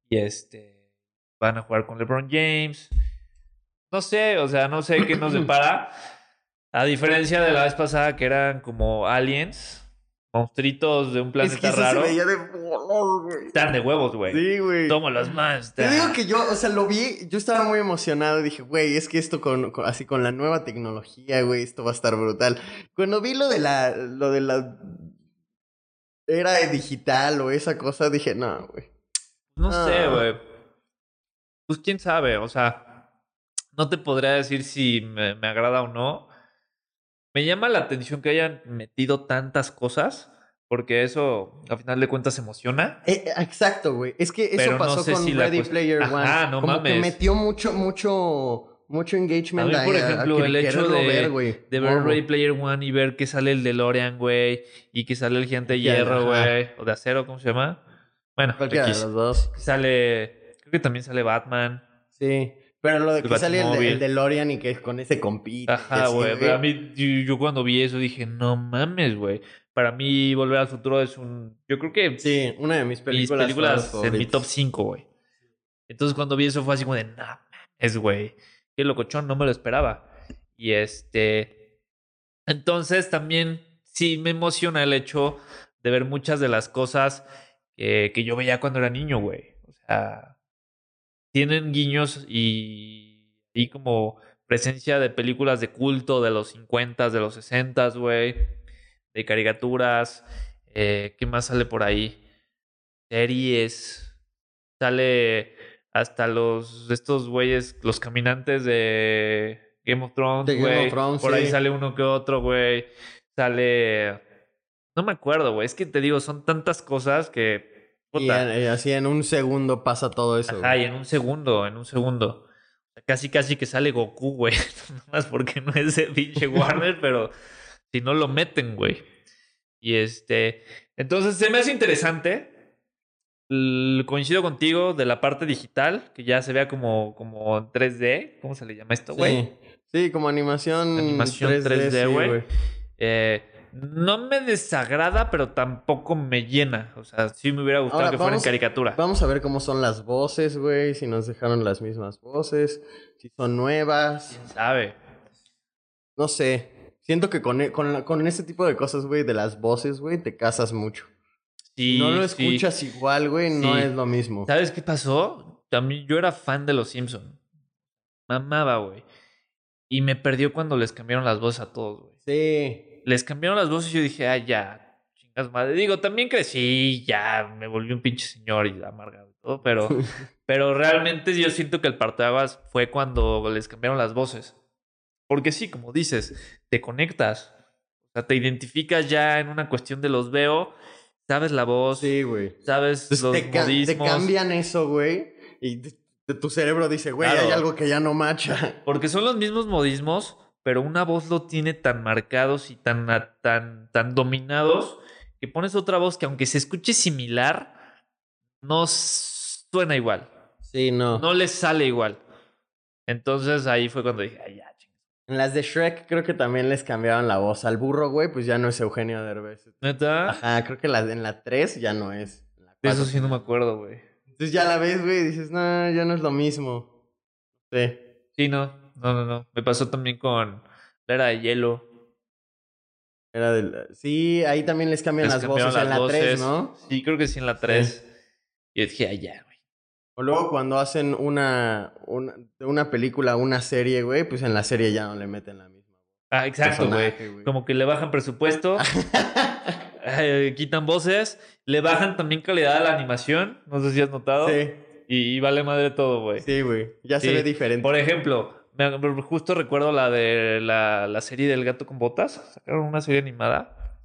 Speaker 2: Y este van a jugar con LeBron James. No sé, o sea, no sé qué nos depara. A diferencia de la vez pasada que eran como aliens, monstruitos de un planeta
Speaker 3: eso
Speaker 2: raro.
Speaker 3: se veía de volón, güey.
Speaker 2: Están de huevos, güey.
Speaker 3: Sí, güey.
Speaker 2: Tómalos más.
Speaker 3: Te digo que yo, o sea, lo vi, yo estaba muy emocionado. Dije, güey, es que esto con, con- así con la nueva tecnología, güey, esto va a estar brutal. Cuando vi lo de la, lo de la era digital o esa cosa, dije, no, güey.
Speaker 2: No sé,
Speaker 3: Ah.
Speaker 2: güey. Pues quién sabe, o sea, no te podría decir si me, me agrada o no. Me llama la atención que hayan metido tantas cosas, porque eso a final de cuentas emociona.
Speaker 3: Eh, eh, exacto, güey. Es que eso
Speaker 2: Pero no
Speaker 3: pasó
Speaker 2: sé
Speaker 3: con
Speaker 2: si la
Speaker 3: Ready
Speaker 2: cuest-
Speaker 3: Player One.
Speaker 2: Ajá, no
Speaker 3: Como que
Speaker 2: mames.
Speaker 3: metió mucho, mucho, mucho engagement
Speaker 2: A mí, por
Speaker 3: ahí
Speaker 2: ejemplo,
Speaker 3: que-
Speaker 2: el hecho
Speaker 3: quererlo
Speaker 2: de-
Speaker 3: ver, güey.
Speaker 2: De ver
Speaker 3: Morbo.
Speaker 2: Ready Player One y ver que sale el DeLorean, güey, y que sale el gigante de
Speaker 3: Ya,
Speaker 2: hierro,
Speaker 3: ajá.
Speaker 2: güey, o de acero, ¿cómo se llama? Bueno,
Speaker 3: Cualquiera de
Speaker 2: X.
Speaker 3: los dos.
Speaker 2: sale, creo que también sale Batman.
Speaker 3: Sí. Pero lo de
Speaker 2: El
Speaker 3: que sale el, de-
Speaker 2: Batmóvil.
Speaker 3: el DeLorean y que con ese compite.
Speaker 2: Ajá,
Speaker 3: así,
Speaker 2: güey. pero A mí, yo, yo cuando vi eso dije, no mames, güey. Para mí, Volver al Futuro es un. Yo creo que
Speaker 3: Sí, una de
Speaker 2: mis
Speaker 3: mis películas.
Speaker 2: películas en mi
Speaker 3: favoritas.
Speaker 2: top 5, güey. Entonces, cuando vi eso fue así como de, no mames, güey. Qué locochón, no me lo esperaba. Y este. Entonces, también sí me emociona el hecho de ver muchas de las cosas eh, que, que yo veía cuando era niño, güey. O sea, tienen guiños y, y como presencia de películas de culto de los 50, de los 60, güey, de caricaturas, eh, ¿qué más sale por ahí? Series, sale hasta los, estos güeyes, los caminantes de Game of
Speaker 3: De
Speaker 2: Thrones,
Speaker 3: Game
Speaker 2: güey,
Speaker 3: of Thrones,
Speaker 2: por ahí
Speaker 3: sí.
Speaker 2: sale uno que otro, güey, sale, no me acuerdo, güey, es que te digo, son tantas cosas que...
Speaker 3: Y
Speaker 2: puta.
Speaker 3: en- eh, así en un segundo pasa todo eso.
Speaker 2: Ajá,
Speaker 3: güey.
Speaker 2: y en un segundo, en un segundo. O sea, Casi, casi que sale Goku, güey. Nada más porque no es de pinche Warner, pero si no lo meten, güey. Y este, entonces se me hace interesante. L- coincido contigo de la parte digital, que ya se vea como, como en 3D. ¿Cómo se le llama esto, güey?
Speaker 3: Sí. Sí, como animación.
Speaker 2: Animación 3D,
Speaker 3: sí,
Speaker 2: güey. Eh, no me desagrada, pero tampoco me llena. O sea, sí me hubiera gustado
Speaker 3: Ahora,
Speaker 2: que fuera en
Speaker 3: vamos-
Speaker 2: caricatura.
Speaker 3: Vamos a ver cómo son las voces, güey. Si nos dejaron las mismas voces. Si son nuevas.
Speaker 2: ¿Quién sabe?
Speaker 3: No sé. Siento que con, e- con, la- con ese tipo de cosas, güey, de las voces, güey, te casas mucho.
Speaker 2: Sí,
Speaker 3: no lo
Speaker 2: sí.
Speaker 3: escuchas igual, güey, no
Speaker 2: Sí.
Speaker 3: es lo mismo.
Speaker 2: ¿Sabes qué pasó? También yo era fan de Los Simpson. Mamaba, güey. Y me perdió cuando les cambiaron las voces a todos, güey.
Speaker 3: Sí.
Speaker 2: Les cambiaron las voces y yo dije, ah, ya, chingas madre. Digo, también crecí, ya, me volví un pinche señor y amargado y todo, pero, pero realmente yo siento que el parteaguas fue cuando les cambiaron las voces. Porque sí, como dices, te conectas. O sea, te identificas ya en una cuestión de los veo, sabes la voz,
Speaker 3: Sí, güey.
Speaker 2: sabes
Speaker 3: Entonces,
Speaker 2: los
Speaker 3: te, ca- te
Speaker 2: modismos.
Speaker 3: cambian eso, güey, y t- t- tu cerebro dice, güey,
Speaker 2: Claro.
Speaker 3: hay algo que ya no macha.
Speaker 2: Porque son los mismos modismos, pero una voz lo tiene tan marcados y tan, a- tan, tan dominados que pones otra voz que aunque se escuche similar, no s- suena igual.
Speaker 3: Sí,
Speaker 2: No le sale igual. Entonces ahí fue cuando dije, ay, ya, ching-
Speaker 3: En las de Shrek creo que también les cambiaron la voz. Al burro, güey, pues ya no es Eugenio Derbez.
Speaker 2: ¿Neta?
Speaker 3: Ajá, creo que la- en la 3 ya no es. En la
Speaker 2: De eso
Speaker 3: cuatro.
Speaker 2: sí no me acuerdo, güey.
Speaker 3: Entonces ya la ves, güey, y dices, no, ya no es lo mismo. Sí.
Speaker 2: Sí, no. No, no, no. Me pasó también con la era de hielo.
Speaker 3: Era del- Sí, ahí también les cambian
Speaker 2: Les
Speaker 3: las
Speaker 2: cambiaron
Speaker 3: voces en la 3,
Speaker 2: voces.
Speaker 3: ¿no?
Speaker 2: Sí, creo que sí en la 3. Y yo dije, ay, ya, güey.
Speaker 3: O luego cuando hacen una, una, de una película, una serie, güey, pues en la serie ya no le meten la misma.
Speaker 2: Ah, exacto, güey.
Speaker 3: personaje, güey.
Speaker 2: Como que le bajan presupuesto. eh, quitan voces, le bajan también calidad a la animación, no sé si has notado,
Speaker 3: Sí,
Speaker 2: y, y vale madre todo, güey.
Speaker 3: sí, güey. Ya
Speaker 2: Sí.
Speaker 3: se ve diferente.
Speaker 2: Por ejemplo, me- me- justo recuerdo la de la, la serie del gato con botas, sacaron una serie animada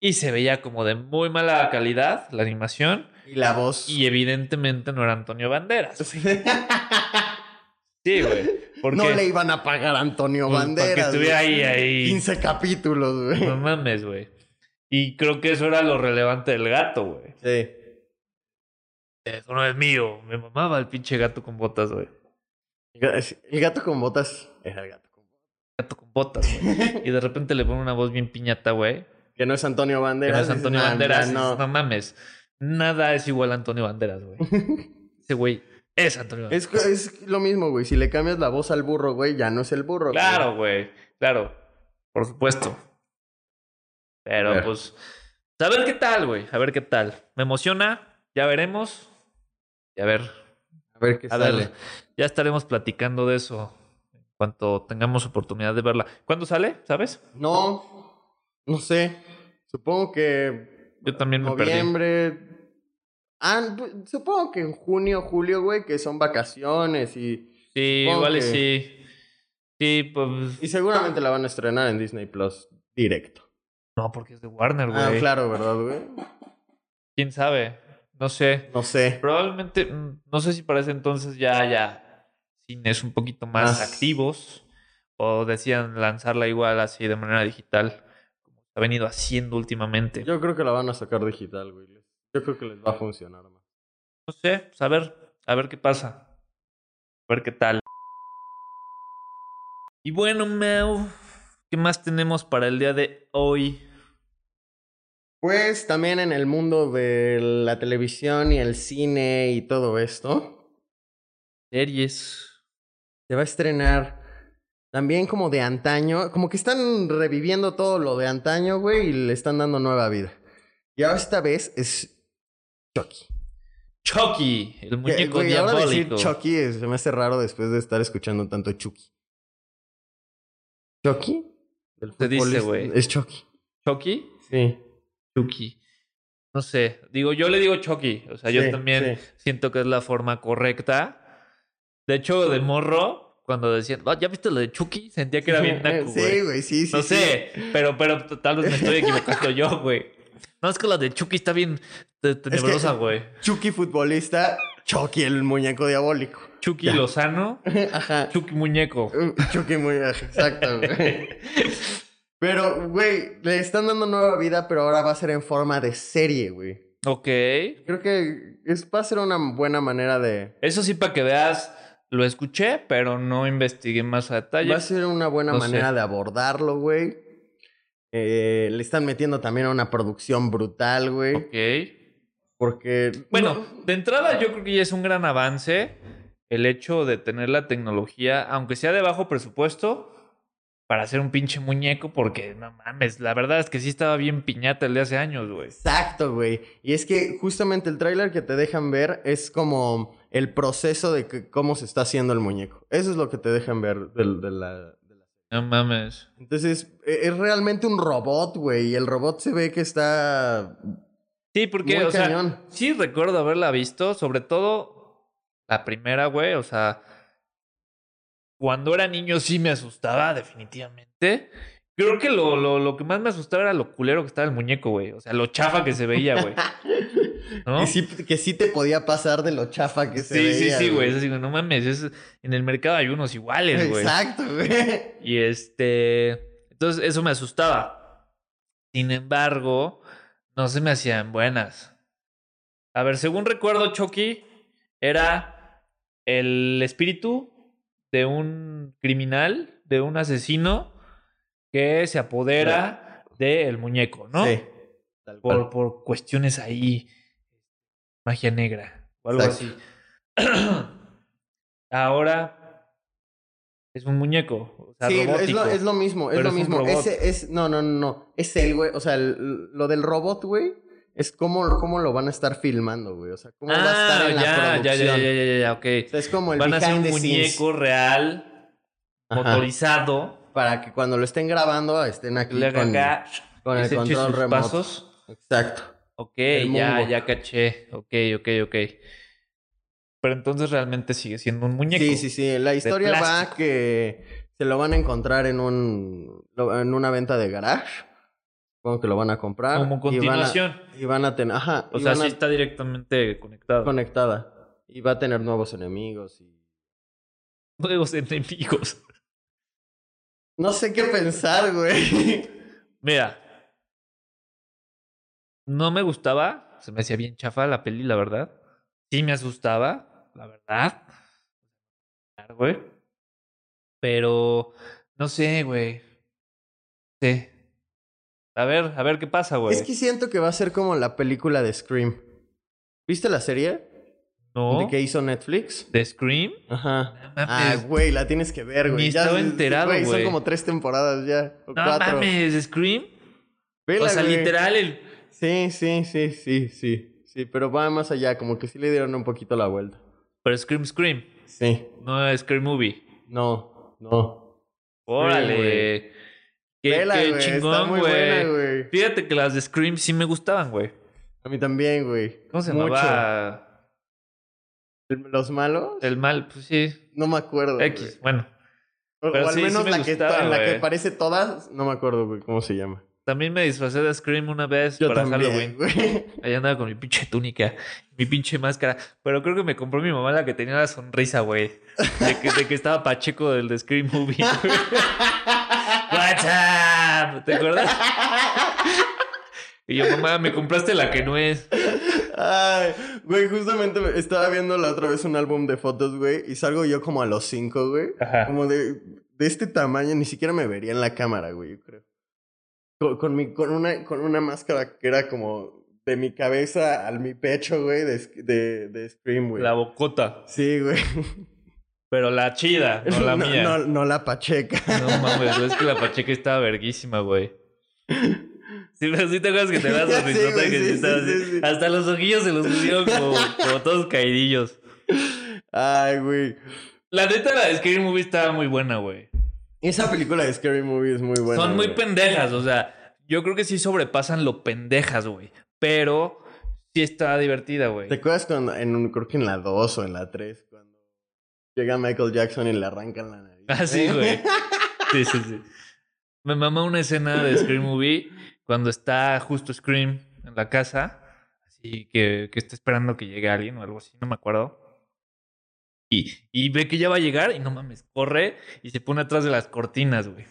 Speaker 2: y se veía como de muy mala calidad la animación
Speaker 3: Y la voz.
Speaker 2: y evidentemente no era Antonio Banderas. Sí, güey. Porque
Speaker 3: no le iban a pagar a Antonio
Speaker 2: pues,
Speaker 3: Banderas.
Speaker 2: para que estuviera
Speaker 3: güey.
Speaker 2: ahí, ahí.
Speaker 3: 15 capítulos, güey.
Speaker 2: No mames, güey. Y creo que eso era lo relevante del gato, güey.
Speaker 3: Sí.
Speaker 2: Eso no es mío. Me mamaba el pinche gato con botas, güey.
Speaker 3: El gato con botas era el gato con
Speaker 2: Gato con botas, güey. Y de repente le pone una voz bien piñata, güey.
Speaker 3: botas. Que no es Antonio
Speaker 2: Que no
Speaker 3: Banderas.
Speaker 2: es
Speaker 3: dices,
Speaker 2: Antonio
Speaker 3: "Nah,
Speaker 2: Banderas.
Speaker 3: mira,
Speaker 2: dices, No.
Speaker 3: no".
Speaker 2: mames. Nada es igual a Antonio Banderas, güey. Ese güey es Antonio Banderas.
Speaker 3: Es, es lo mismo, güey. Si le cambias la voz al burro, güey, ya no es el burro. güey.
Speaker 2: Claro, güey. Claro. Por supuesto. Pero
Speaker 3: Claro.
Speaker 2: pues. A ver qué tal, güey. A ver qué tal. Me emociona. Ya veremos. Y a ver.
Speaker 3: A ver qué
Speaker 2: A ver. Ya estaremos platicando de eso. En cuanto tengamos oportunidad de verla. ¿Cuándo sale? ¿Sabes?
Speaker 3: No, no sé. Supongo que
Speaker 2: Yo también me perdí.
Speaker 3: noviembre. Ah, pu- supongo que en junio, julio, güey, que son vacaciones y,
Speaker 2: Sí,
Speaker 3: Supongo
Speaker 2: igual y
Speaker 3: que-
Speaker 2: sí. Sí, pues.
Speaker 3: y seguramente la van a estrenar en Disney Plus directo.
Speaker 2: No, porque es de Warner, güey.
Speaker 3: Ah, claro, ¿verdad, güey?
Speaker 2: ¿Quién sabe? No sé.
Speaker 3: No sé.
Speaker 2: Probablemente, mm, no sé si para ese entonces ya haya cines un poquito más
Speaker 3: Más.
Speaker 2: activos o decían lanzarla igual así de manera digital, como se ha venido haciendo últimamente.
Speaker 3: Yo creo que la van a sacar digital, güey. Yo creo que les va a funcionar más.
Speaker 2: No sé, pues, a ver, a ver qué pasa. A ver qué tal. Y bueno, Mau, ¿qué más tenemos para el día de hoy?
Speaker 3: Pues también en el mundo de la televisión y el cine y todo esto,
Speaker 2: Series.
Speaker 3: se va a estrenar también como de antaño, como que están reviviendo todo lo de antaño, güey, y le están dando nueva vida. Y ahora esta vez es Chucky.
Speaker 2: Chucky, el
Speaker 3: Que,
Speaker 2: muñeco
Speaker 3: güey, ahora decir
Speaker 2: diabólico.
Speaker 3: Chucky es- se me hace raro después de estar escuchando tanto Chucky. ¿Chucky? El
Speaker 2: Se dice,
Speaker 3: futbolista-
Speaker 2: güey.
Speaker 3: Es Chucky.
Speaker 2: Chucky,
Speaker 3: Sí.
Speaker 2: Chucky. No sé, digo, yo le digo Chucky. O sea, Ah, yo
Speaker 3: Sí,
Speaker 2: también
Speaker 3: sí.
Speaker 2: siento que es la forma correcta. De hecho, de morro, cuando decían, "Ah, ¿ya viste lo de Chucky? Sentía que era bien naco, güey.
Speaker 3: Sí, güey, sí, sí.
Speaker 2: no
Speaker 3: sí.
Speaker 2: sé, pero, pero t- tal vez me estoy equivocando yo, güey. No, es que la de Chucky está bien te- tenebrosa, güey.
Speaker 3: Chucky futbolista, Chucky el muñeco diabólico.
Speaker 2: Chucky
Speaker 3: Ya.
Speaker 2: Lozano,
Speaker 3: Ajá.
Speaker 2: Chucky Muñeco.
Speaker 3: Chucky muy... Exacto, güey. Pero, güey, le están dando nueva vida, pero ahora va a ser en forma de serie, güey.
Speaker 2: Ok.
Speaker 3: Creo que es, va a ser una buena manera de...
Speaker 2: Eso sí, para que veas, lo escuché, pero no investigué más a detalle.
Speaker 3: Va a ser una buena
Speaker 2: No sé.
Speaker 3: manera de abordarlo, güey. Eh, le están metiendo también a una producción brutal, güey.
Speaker 2: Ok.
Speaker 3: Porque...
Speaker 2: Bueno,
Speaker 3: no-
Speaker 2: de entrada yo creo que ya es un gran avance el hecho de tener la tecnología, aunque sea de bajo presupuesto, para hacer un pinche muñeco, porque no mames, la verdad es que sí estaba bien piñata el de hace años, güey.
Speaker 3: Exacto, güey. Y es que justamente el tráiler que te dejan ver es como el proceso de que- cómo se está haciendo el muñeco. Eso es lo que te dejan ver del- de la- de la...
Speaker 2: No mames.
Speaker 3: Entonces, e- es realmente un robot, güey. Y el robot se ve que está
Speaker 2: Sí, porque,
Speaker 3: muy
Speaker 2: o sea,
Speaker 3: cañón.
Speaker 2: sí recuerdo haberla visto, sobre todo la primera, güey, o sea, cuando era niño sí me asustaba, definitivamente. Creo que lo, lo, lo que más me asustaba era lo culero que estaba el muñeco, güey. O sea, lo chafa que se veía, güey. ¿No?
Speaker 3: Que, sí, que sí te podía pasar de lo chafa que se
Speaker 2: Sí, sí,
Speaker 3: veía,
Speaker 2: sí, güey. Es así, no mames, es, en el mercado hay unos iguales, güey.
Speaker 3: Exacto, güey.
Speaker 2: Y este, entonces eso me asustaba. Sin embargo, no se me hacían buenas. A ver, según recuerdo, Chucky era el espíritu de un criminal, de un asesino que se apodera del muñeco, ¿no?
Speaker 3: Sí. Tal cual.
Speaker 2: por, por cuestiones ahí, magia negra o algo
Speaker 3: Exacto.
Speaker 2: así. Ahora es un muñeco, o sea,
Speaker 3: Sí, es
Speaker 2: robótico.
Speaker 3: lo, es lo mismo, es
Speaker 2: Pero
Speaker 3: lo
Speaker 2: es un
Speaker 3: mismo.
Speaker 2: robot.
Speaker 3: Ese es, no, no, no, no. Es él, güey. O sea, el- lo del robot, güey, es cómo, cómo lo van a estar filmando, güey. O sea, cómo va a estar
Speaker 2: Ah,
Speaker 3: en la
Speaker 2: ya, ya,
Speaker 3: producción.
Speaker 2: ya, ya, ya, ya, ya, ok.
Speaker 3: O sea, es como el
Speaker 2: Van a hacer un
Speaker 3: behind the scenes.
Speaker 2: muñeco real,
Speaker 3: Ajá.
Speaker 2: motorizado,
Speaker 3: Para que cuando lo estén grabando estén aquí
Speaker 2: que le haga
Speaker 3: con,
Speaker 2: acá,
Speaker 3: con
Speaker 2: que
Speaker 3: el
Speaker 2: se eche
Speaker 3: control
Speaker 2: sus
Speaker 3: remoto.
Speaker 2: pasos.
Speaker 3: Exacto.
Speaker 2: Ok,
Speaker 3: El
Speaker 2: ya,
Speaker 3: mungo.
Speaker 2: ya caché. Ok, ok, ok. Pero entonces realmente sigue siendo un muñeco.
Speaker 3: Sí, sí, sí. La historia va
Speaker 2: plástico.
Speaker 3: que se lo van a encontrar en un lo- en una venta de garage. Supongo que lo van a comprar.
Speaker 2: Como continuación.
Speaker 3: Y van a, tener, ajá,
Speaker 2: O
Speaker 3: y
Speaker 2: sea,
Speaker 3: van
Speaker 2: sí
Speaker 3: a-
Speaker 2: está directamente conectado.
Speaker 3: conectada. Y va a tener nuevos enemigos. y-
Speaker 2: Nuevos enemigos.
Speaker 3: No sé qué pensar, güey.
Speaker 2: Mira. No me gustaba. Se me hacía bien chafa la peli, la verdad. Sí me asustaba, la verdad. Claro, güey. Pero no sé, güey. Sí. A ver, a ver qué pasa, güey.
Speaker 3: Es que siento que va a ser como la película de Scream. ¿Viste la serie?
Speaker 2: no.
Speaker 3: ¿De que hizo Netflix?
Speaker 2: ¿De Scream?
Speaker 3: Ajá.
Speaker 2: No
Speaker 3: Ah,
Speaker 2: mames.
Speaker 3: güey, la tienes que ver, güey.
Speaker 2: pues, Ni estaba enterado, güey.
Speaker 3: Son como tres temporadas ya. O
Speaker 2: No
Speaker 3: cuatro.
Speaker 2: mames, ¿de Scream.
Speaker 3: Vela,
Speaker 2: o sea,
Speaker 3: güey.
Speaker 2: literal, el.
Speaker 3: Sí, sí, sí, sí, sí. Sí, pero va más allá, como que sí le dieron un poquito la vuelta.
Speaker 2: Pero Scream, Scream.
Speaker 3: Sí.
Speaker 2: No es Scream Movie.
Speaker 3: No, no.
Speaker 2: Órale. Qué,
Speaker 3: Vela,
Speaker 2: qué
Speaker 3: güey, Está
Speaker 2: chingón,
Speaker 3: muy buena,
Speaker 2: güey.
Speaker 3: güey.
Speaker 2: Fíjate que las de Scream sí me gustaban, güey.
Speaker 3: A mí también, güey.
Speaker 2: ¿Cómo se
Speaker 3: Mucho.
Speaker 2: llamaba?
Speaker 3: ¿Los malos?
Speaker 2: El mal, pues sí.
Speaker 3: No me acuerdo.
Speaker 2: X, bueno.
Speaker 3: güey. O,
Speaker 2: Pero
Speaker 3: o al
Speaker 2: sí, sí
Speaker 3: menos
Speaker 2: me
Speaker 3: la, que
Speaker 2: gustaba,
Speaker 3: to- en la que
Speaker 2: güey.
Speaker 3: aparece todas, no me acuerdo, güey, cómo se llama.
Speaker 2: También me disfracé de Scream una vez
Speaker 3: Yo
Speaker 2: para
Speaker 3: también,
Speaker 2: Halloween.
Speaker 3: güey.
Speaker 2: Allá andaba con mi pinche túnica, mi pinche máscara. Pero creo que me compró mi mamá la que tenía la sonrisa, güey. De que, de que estaba Pacheco del de Scream Movie. güey. What's up? ¿Te acuerdas? Y yo, mamá, me compraste la que no es.
Speaker 3: Ay, güey, justamente me- estaba viendo la otra vez un álbum de fotos, güey, y salgo yo como a los cinco, güey.
Speaker 2: Ajá.
Speaker 3: Como de, de este tamaño, ni siquiera me vería en la cámara, güey, yo creo. Con, con mi, con, una, con una máscara que era como de mi cabeza al mi pecho, güey, de, de, de Scream, güey.
Speaker 2: La bocota.
Speaker 3: Sí, güey.
Speaker 2: Pero la chida, no la
Speaker 3: no,
Speaker 2: mía.
Speaker 3: no- no la pacheca.
Speaker 2: No mames, güey, es que la Pacheca estaba verguísima, güey. Sí, pero sí te acuerdas que te das la
Speaker 3: Sí,
Speaker 2: risota
Speaker 3: güey,
Speaker 2: que sí,
Speaker 3: sí,
Speaker 2: estaba
Speaker 3: sí,
Speaker 2: así.
Speaker 3: sí, sí.
Speaker 2: Hasta los ojillos se los pusieron como, como todos caidillos.
Speaker 3: Ay, güey.
Speaker 2: La neta, la de Scary Movie estaba muy buena, güey.
Speaker 3: Esa película de Scary Movie es muy buena.
Speaker 2: Son muy
Speaker 3: güey.
Speaker 2: pendejas, o sea, yo creo que sí sobrepasan lo pendejas, güey. Pero sí está divertida, güey.
Speaker 3: ¿Te acuerdas cuando, en un, creo que en la 2 o en la 3, cuando llega Michael Jackson y le arrancan la nariz? ¿Eh?
Speaker 2: Ah, sí, güey. Sí, sí, sí. Me mamó una escena de Scream Movie cuando está justo Scream en la casa. Así que, que está esperando que llegue alguien o algo así, no me acuerdo. y, y ve que ya va a llegar y no mames, corre y se pone atrás de las cortinas, güey.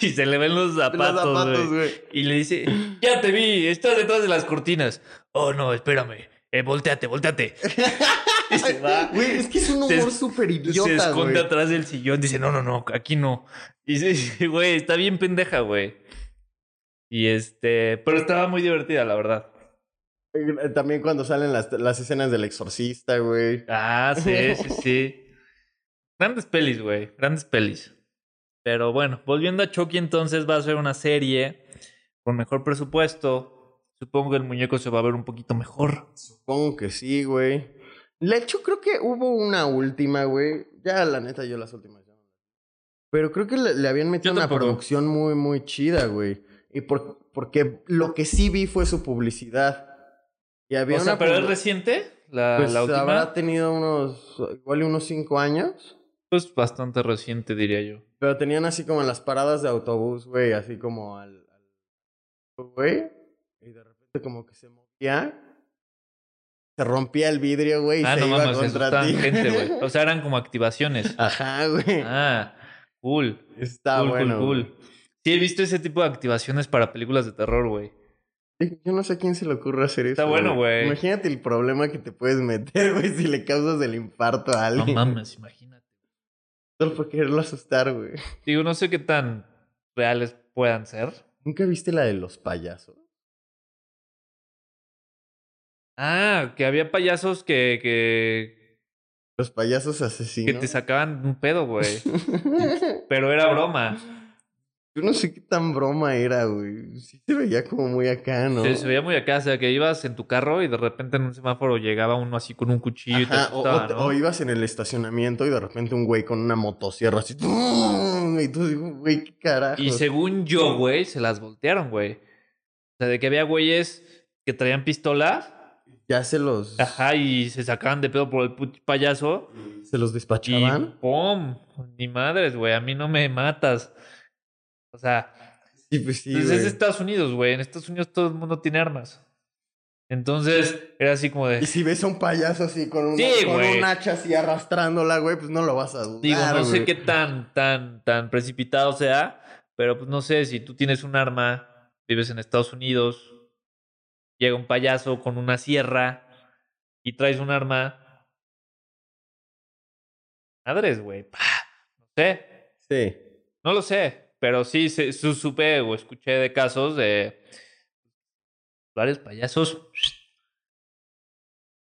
Speaker 2: y, y se le ven los zapatos,
Speaker 3: Los zapatos,
Speaker 2: güey.
Speaker 3: güey.
Speaker 2: Y le dice, ya te vi, estás detrás de las cortinas. Oh, no, espérame. Eh, volteate, volteate. y se va.
Speaker 3: Güey, es que es un
Speaker 2: Se-
Speaker 3: humor súper
Speaker 2: se
Speaker 3: idiota,
Speaker 2: esconde
Speaker 3: güey.
Speaker 2: atrás del sillón. Dice, no, no, no, aquí no. Y dice, güey, está bien pendeja, güey. Y este, pero estaba muy divertida, la verdad.
Speaker 3: Eh, También cuando salen las, las escenas del exorcista, güey.
Speaker 2: Ah, sí, sí, sí. Grandes pelis, güey. Grandes pelis. Pero bueno, volviendo a Chucky, entonces va a ser una serie con mejor presupuesto. Supongo que el muñeco se va a ver un poquito mejor.
Speaker 3: Supongo que sí, güey. De hecho, creo que hubo una última, güey. Ya, la neta, yo las últimas. ya no las vi. Pero creo que le, le habían metido
Speaker 2: Yo
Speaker 3: una
Speaker 2: tampoco.
Speaker 3: producción muy, muy chida, güey. Y por, porque lo que sí vi fue su publicidad. Y había
Speaker 2: O sea,
Speaker 3: una
Speaker 2: pero es
Speaker 3: publi-
Speaker 2: reciente, la,
Speaker 3: pues,
Speaker 2: la última.
Speaker 3: habrá tenido unos, igual y unos cinco años.
Speaker 2: Pues bastante reciente, diría yo.
Speaker 3: Pero tenían así como en las paradas de autobús, güey, así como al... al- güey. Y de repente como que se movía. Se rompía el vidrio, güey, y
Speaker 2: ah,
Speaker 3: se
Speaker 2: no
Speaker 3: iba
Speaker 2: mames, se
Speaker 3: contra
Speaker 2: asustaban
Speaker 3: ti.
Speaker 2: gente, güey. O sea, eran como activaciones.
Speaker 3: Ajá, güey.
Speaker 2: Ah, cool.
Speaker 3: Está
Speaker 2: cool,
Speaker 3: Ah, bueno.
Speaker 2: cool, cool. Sí, he visto ese tipo de activaciones para películas de terror, güey.
Speaker 3: güey. Yo no sé a quién se le ocurre hacer eso.
Speaker 2: Está bueno, güey.
Speaker 3: Imagínate el problema que te puedes meter, güey, si le causas el infarto a
Speaker 2: No
Speaker 3: alguien.
Speaker 2: mames, imagínate.
Speaker 3: Solo por quererlo asustar, güey.
Speaker 2: Digo, no sé qué tan reales puedan ser.
Speaker 3: ¿Nunca viste la de los payasos?
Speaker 2: Ah, que había payasos que, que,
Speaker 3: Los payasos
Speaker 2: que
Speaker 3: asesinos.
Speaker 2: te sacaban un pedo, güey. Pero era broma.
Speaker 3: Yo no sé qué tan broma era, güey. Sí se veía como muy acá, ¿no?
Speaker 2: Se, se veía muy acá, o sea, que ibas en tu carro y de repente en un semáforo llegaba uno así con un cuchillo y te
Speaker 3: Ajá, o,
Speaker 2: asustaba,
Speaker 3: o te-
Speaker 2: ¿no?
Speaker 3: o ibas en el estacionamiento y de repente un güey con una motosierra así. ¡tum! Y tú dices, güey, qué carajo.
Speaker 2: Y según yo, güey, se las voltearon, güey. O sea, de que había güeyes que traían pistolas,
Speaker 3: Ya se los,
Speaker 2: ajá, y se sacaban de pedo por el put- payaso.
Speaker 3: se los
Speaker 2: Y
Speaker 3: despachaban.
Speaker 2: ¡pum! Ni madres, güey, a mí no me matas. O sea,
Speaker 3: Sí, pues sí.
Speaker 2: Entonces es este-
Speaker 3: güey.
Speaker 2: Estados Unidos, güey. En Estados Unidos todo el mundo tiene armas. Entonces era así como
Speaker 3: Y
Speaker 2: de.
Speaker 3: si ves a un payaso así con, una,
Speaker 2: Sí,
Speaker 3: con
Speaker 2: güey.
Speaker 3: un hacha así arrastrándola, güey, pues no lo vas a dudar.
Speaker 2: Digo, no sé
Speaker 3: güey.
Speaker 2: qué tan, tan, tan precipitado sea, pero pues no sé si tú tienes un arma, vives en Estados Unidos, llega un payaso con una sierra y traes un arma. Madres, güey. pa, No sé.
Speaker 3: Sí.
Speaker 2: No lo sé, pero sí se- su- supe o escuché de casos de varios payasos.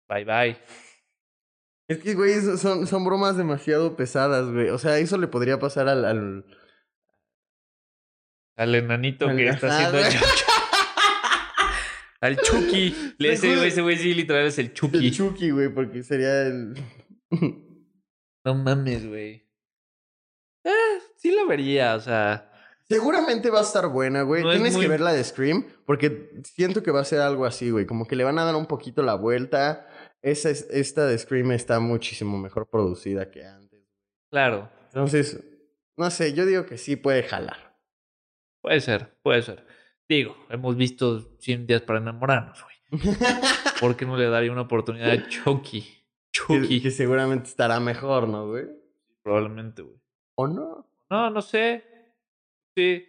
Speaker 2: Bye bye.
Speaker 3: Es que, güey, eso- son, son bromas demasiado pesadas, güey. O sea, eso le podría pasar al. al-
Speaker 2: Al enanito que
Speaker 3: Al-
Speaker 2: está
Speaker 3: ajá,
Speaker 2: haciendo el
Speaker 3: güey.
Speaker 2: Chucky. Al Chucky. Le- Ese güey, ese güey sí literal es el Chucky.
Speaker 3: el Chucky, güey, porque sería el.
Speaker 2: No mames, güey. Eh, sí la vería, o sea.
Speaker 3: Seguramente va a estar buena, güey.
Speaker 2: No es
Speaker 3: Tienes
Speaker 2: muy-
Speaker 3: que ver la de Scream, porque siento que va a ser algo así, güey. Como que le van a dar un poquito la vuelta. Esa es- esta de Scream está muchísimo mejor producida que antes.
Speaker 2: Claro.
Speaker 3: Entonces, no sé, yo digo que sí puede jalar.
Speaker 2: Puede ser, puede ser. Digo, hemos visto 100 días para enamorarnos, güey. ¿Por qué no le daría una oportunidad a Chucky?
Speaker 3: que,
Speaker 2: Chucky.
Speaker 3: que seguramente estará mejor, ¿no, güey?
Speaker 2: Probablemente, güey.
Speaker 3: ¿O no?
Speaker 2: No, no sé. Sí.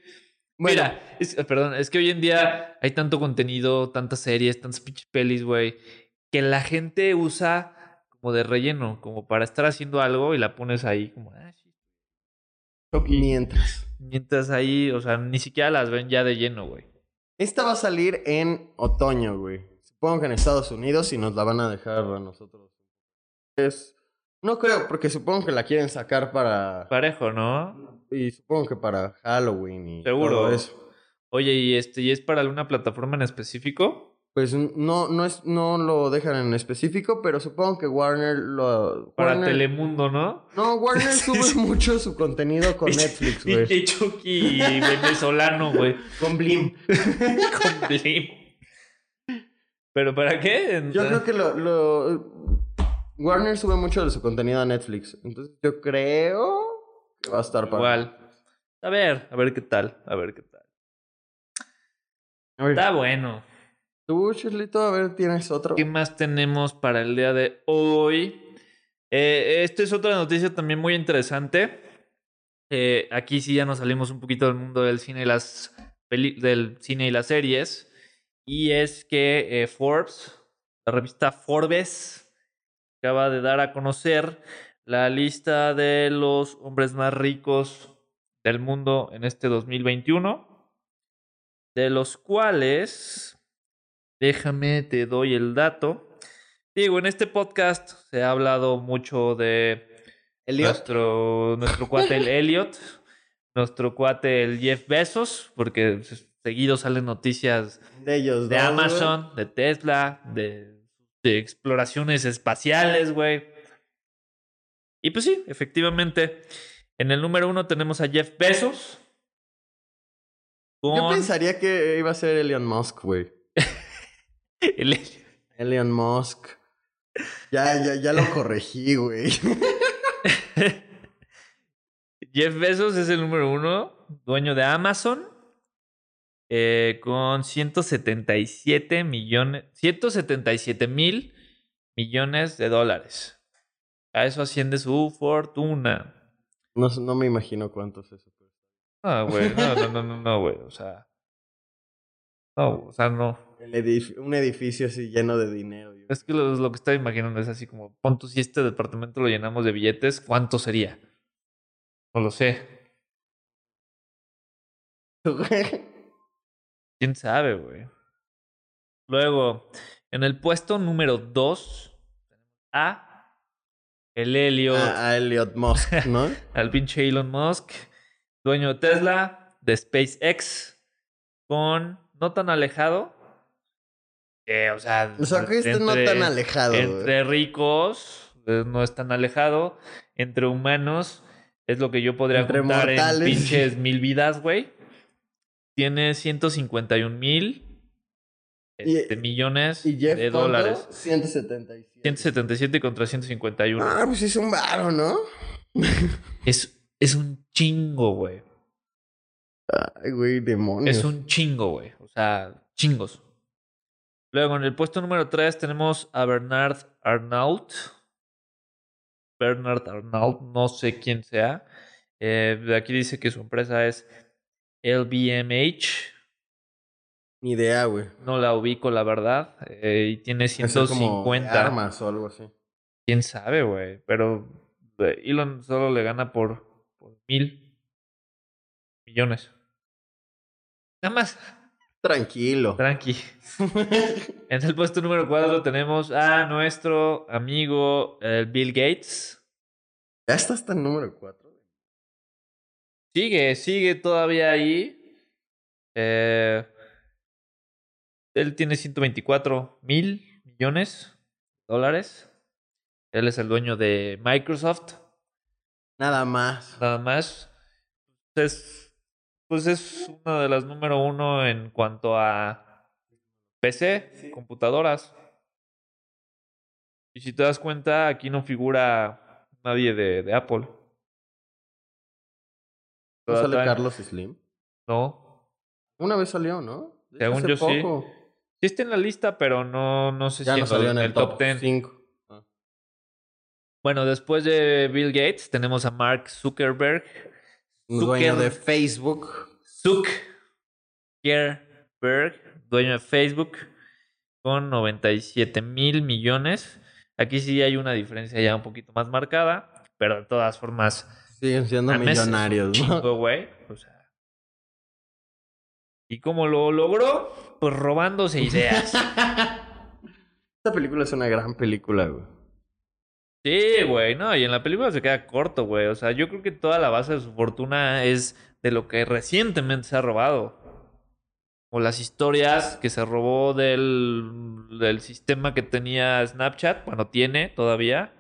Speaker 3: Bueno,
Speaker 2: Mira, es- eh, perdón, es que hoy en día hay tanto contenido, tantas series, tantas pinches pelis, güey, que la gente usa como de relleno, como para estar haciendo algo y la pones ahí como, ah, sí.
Speaker 3: mientras.
Speaker 2: Mientras ahí, o sea, ni siquiera las ven ya de lleno, güey.
Speaker 3: Esta va a salir en otoño, güey. Supongo que en Estados Unidos y nos la van a dejar a nosotros. Es... No creo, porque supongo que la quieren sacar para...
Speaker 2: Parejo, ¿no?
Speaker 3: Y supongo que para Halloween y
Speaker 2: Seguro.
Speaker 3: todo eso.
Speaker 2: Oye, ¿y este y es para alguna plataforma en específico?
Speaker 3: Pues no, no, es, no lo dejan en específico, pero supongo que Warner lo...
Speaker 2: Para
Speaker 3: Warner-
Speaker 2: Telemundo, ¿no?
Speaker 3: No, Warner sube mucho su contenido con Netflix, güey.
Speaker 2: Pinche Chucky venezolano, güey.
Speaker 3: Con Blim.
Speaker 2: con Blim. ¿Pero para qué? ah,
Speaker 3: Yo creo que lo, lo- Warner sube mucho de su contenido a Netflix. Entonces yo creo que va a estar para.
Speaker 2: Igual. A ver, a ver qué tal, a ver qué tal.
Speaker 3: A ver,
Speaker 2: Está bueno.
Speaker 3: tú, Chislito, a ver, tienes otro.
Speaker 2: ¿Qué más tenemos para el día de hoy? Eh, esta es otra noticia también muy interesante. Eh, aquí sí ya nos salimos un poquito del mundo del cine y las, peli- del cine y las series. Y es que eh, Forbes, la revista Forbes, acaba de dar a conocer la lista de los hombres más ricos del mundo en este 2021. De los cuales, déjame, te doy el dato. Digo, en este podcast se ha hablado mucho de
Speaker 3: Elliot.
Speaker 2: nuestro, nuestro cuate el Elliot, nuestro cuate el Jeff Bezos, porque seguido salen noticias
Speaker 3: De ellos
Speaker 2: de
Speaker 3: dos,
Speaker 2: Amazon, de Tesla, de, de exploraciones espaciales, güey. Y pues sí, efectivamente, en el número uno tenemos a Jeff Bezos.
Speaker 3: güey. Yo
Speaker 2: Con
Speaker 3: pensaría que iba a ser Elon Musk, güey.
Speaker 2: el Elliot.
Speaker 3: Elon Musk. Ya, ya, ya lo corregí, güey.
Speaker 2: Jeff Bezos es el número uno, dueño de Amazon, eh, con 177 millones, 177 mil millones de dólares. A eso asciende su fortuna.
Speaker 3: No, sé- no me imagino cuántos es eso. pero-
Speaker 2: Ah, güey, no, no, no, no, no, güey, o sea. No, o sea, no.
Speaker 3: El edif- un edificio así lleno de dinero. yo-
Speaker 2: Es que lo, lo que estaba imaginando es así como, pon tú, si este departamento lo llenamos de billetes, ¿cuánto sería? No lo sé. ¿Quién sabe, güey? Luego, en el puesto número 2, a el Elliot,
Speaker 3: a, a Elliot Musk, ¿no?
Speaker 2: al pinche Elon Musk, dueño de Tesla, de SpaceX, con no tan alejado. eh, o sea,
Speaker 3: O sea, que este no
Speaker 2: entre-
Speaker 3: tan alejado, eh. güey.
Speaker 2: Entre ricos, eh, no es tan alejado. Entre humanos, es lo que yo podría
Speaker 3: Entre
Speaker 2: contar en
Speaker 3: mortales.
Speaker 2: pinches mil vidas, güey. Tiene 151 mil
Speaker 3: Y-
Speaker 2: este, millones
Speaker 3: Y Jeff,
Speaker 2: de
Speaker 3: ¿cuánto?
Speaker 2: dólares.
Speaker 3: 177.
Speaker 2: 177 contra 151.
Speaker 3: Ah, pues es un varo, ¿no?
Speaker 2: Es, es un chingo, güey.
Speaker 3: Ay, güey, demonios.
Speaker 2: Es un chingo, güey. O sea, chingos. Luego, en el puesto número 3 tenemos a Bernard Arnault. Bernard Arnault, no sé quién sea. Eh, aquí dice que su empresa es LBMH.
Speaker 3: Ni idea, güey.
Speaker 2: No la ubico, la verdad. Eh, y tiene
Speaker 3: Debe ser como
Speaker 2: 150.
Speaker 3: armas o algo así.
Speaker 2: ¿Quién sabe, güey? Pero eh, Elon solo le gana por, por mil millones. Nada más.
Speaker 3: Tranquilo.
Speaker 2: Tranqui. En el puesto número 4 tenemos a nuestro amigo eh, Bill Gates.
Speaker 3: ya está hasta el número 4.
Speaker 2: Sigue, sigue todavía ahí. Eh, él tiene 124 mil millones de dólares. Él es el dueño de Microsoft,
Speaker 3: Nada más.
Speaker 2: nada más. Es, pues es una de las número uno en cuanto a PC, computadoras. Y si te das cuenta, aquí no figura nadie de, de Apple.
Speaker 3: ¿No sale
Speaker 2: Todavía-
Speaker 3: Carlos Slim?
Speaker 2: No.
Speaker 3: Una vez salió, ¿no? De
Speaker 2: Según
Speaker 3: hace
Speaker 2: yo sí.
Speaker 3: poco.
Speaker 2: Sí está en la lista, pero no, no sé
Speaker 3: Ya
Speaker 2: si
Speaker 3: no
Speaker 2: en
Speaker 3: salió
Speaker 2: el,
Speaker 3: en el top
Speaker 2: 10.
Speaker 3: 5.
Speaker 2: Bueno, después de Bill Gates tenemos a Mark Zuckerberg.
Speaker 3: Dueño
Speaker 2: Zucker-
Speaker 3: de Facebook.
Speaker 2: Zuckerberg, dueño de Facebook, con 97 mil millones. Aquí sí hay una diferencia ya un poquito más marcada, pero de todas formas,
Speaker 3: Siguen siendo
Speaker 2: a meses,
Speaker 3: millonarios,
Speaker 2: un
Speaker 3: ¿no?
Speaker 2: chingo, güey. O sea. ¿Y cómo lo logró? Pues robándose ideas.
Speaker 3: Esta película es una gran película, güey.
Speaker 2: Sí, güey, no, y en la película se queda corto, güey. O sea, yo creo que toda la base de su fortuna es de lo que recientemente se ha robado. O las historias que se robó del, del sistema que tenía Snapchat, bueno, tiene todavía.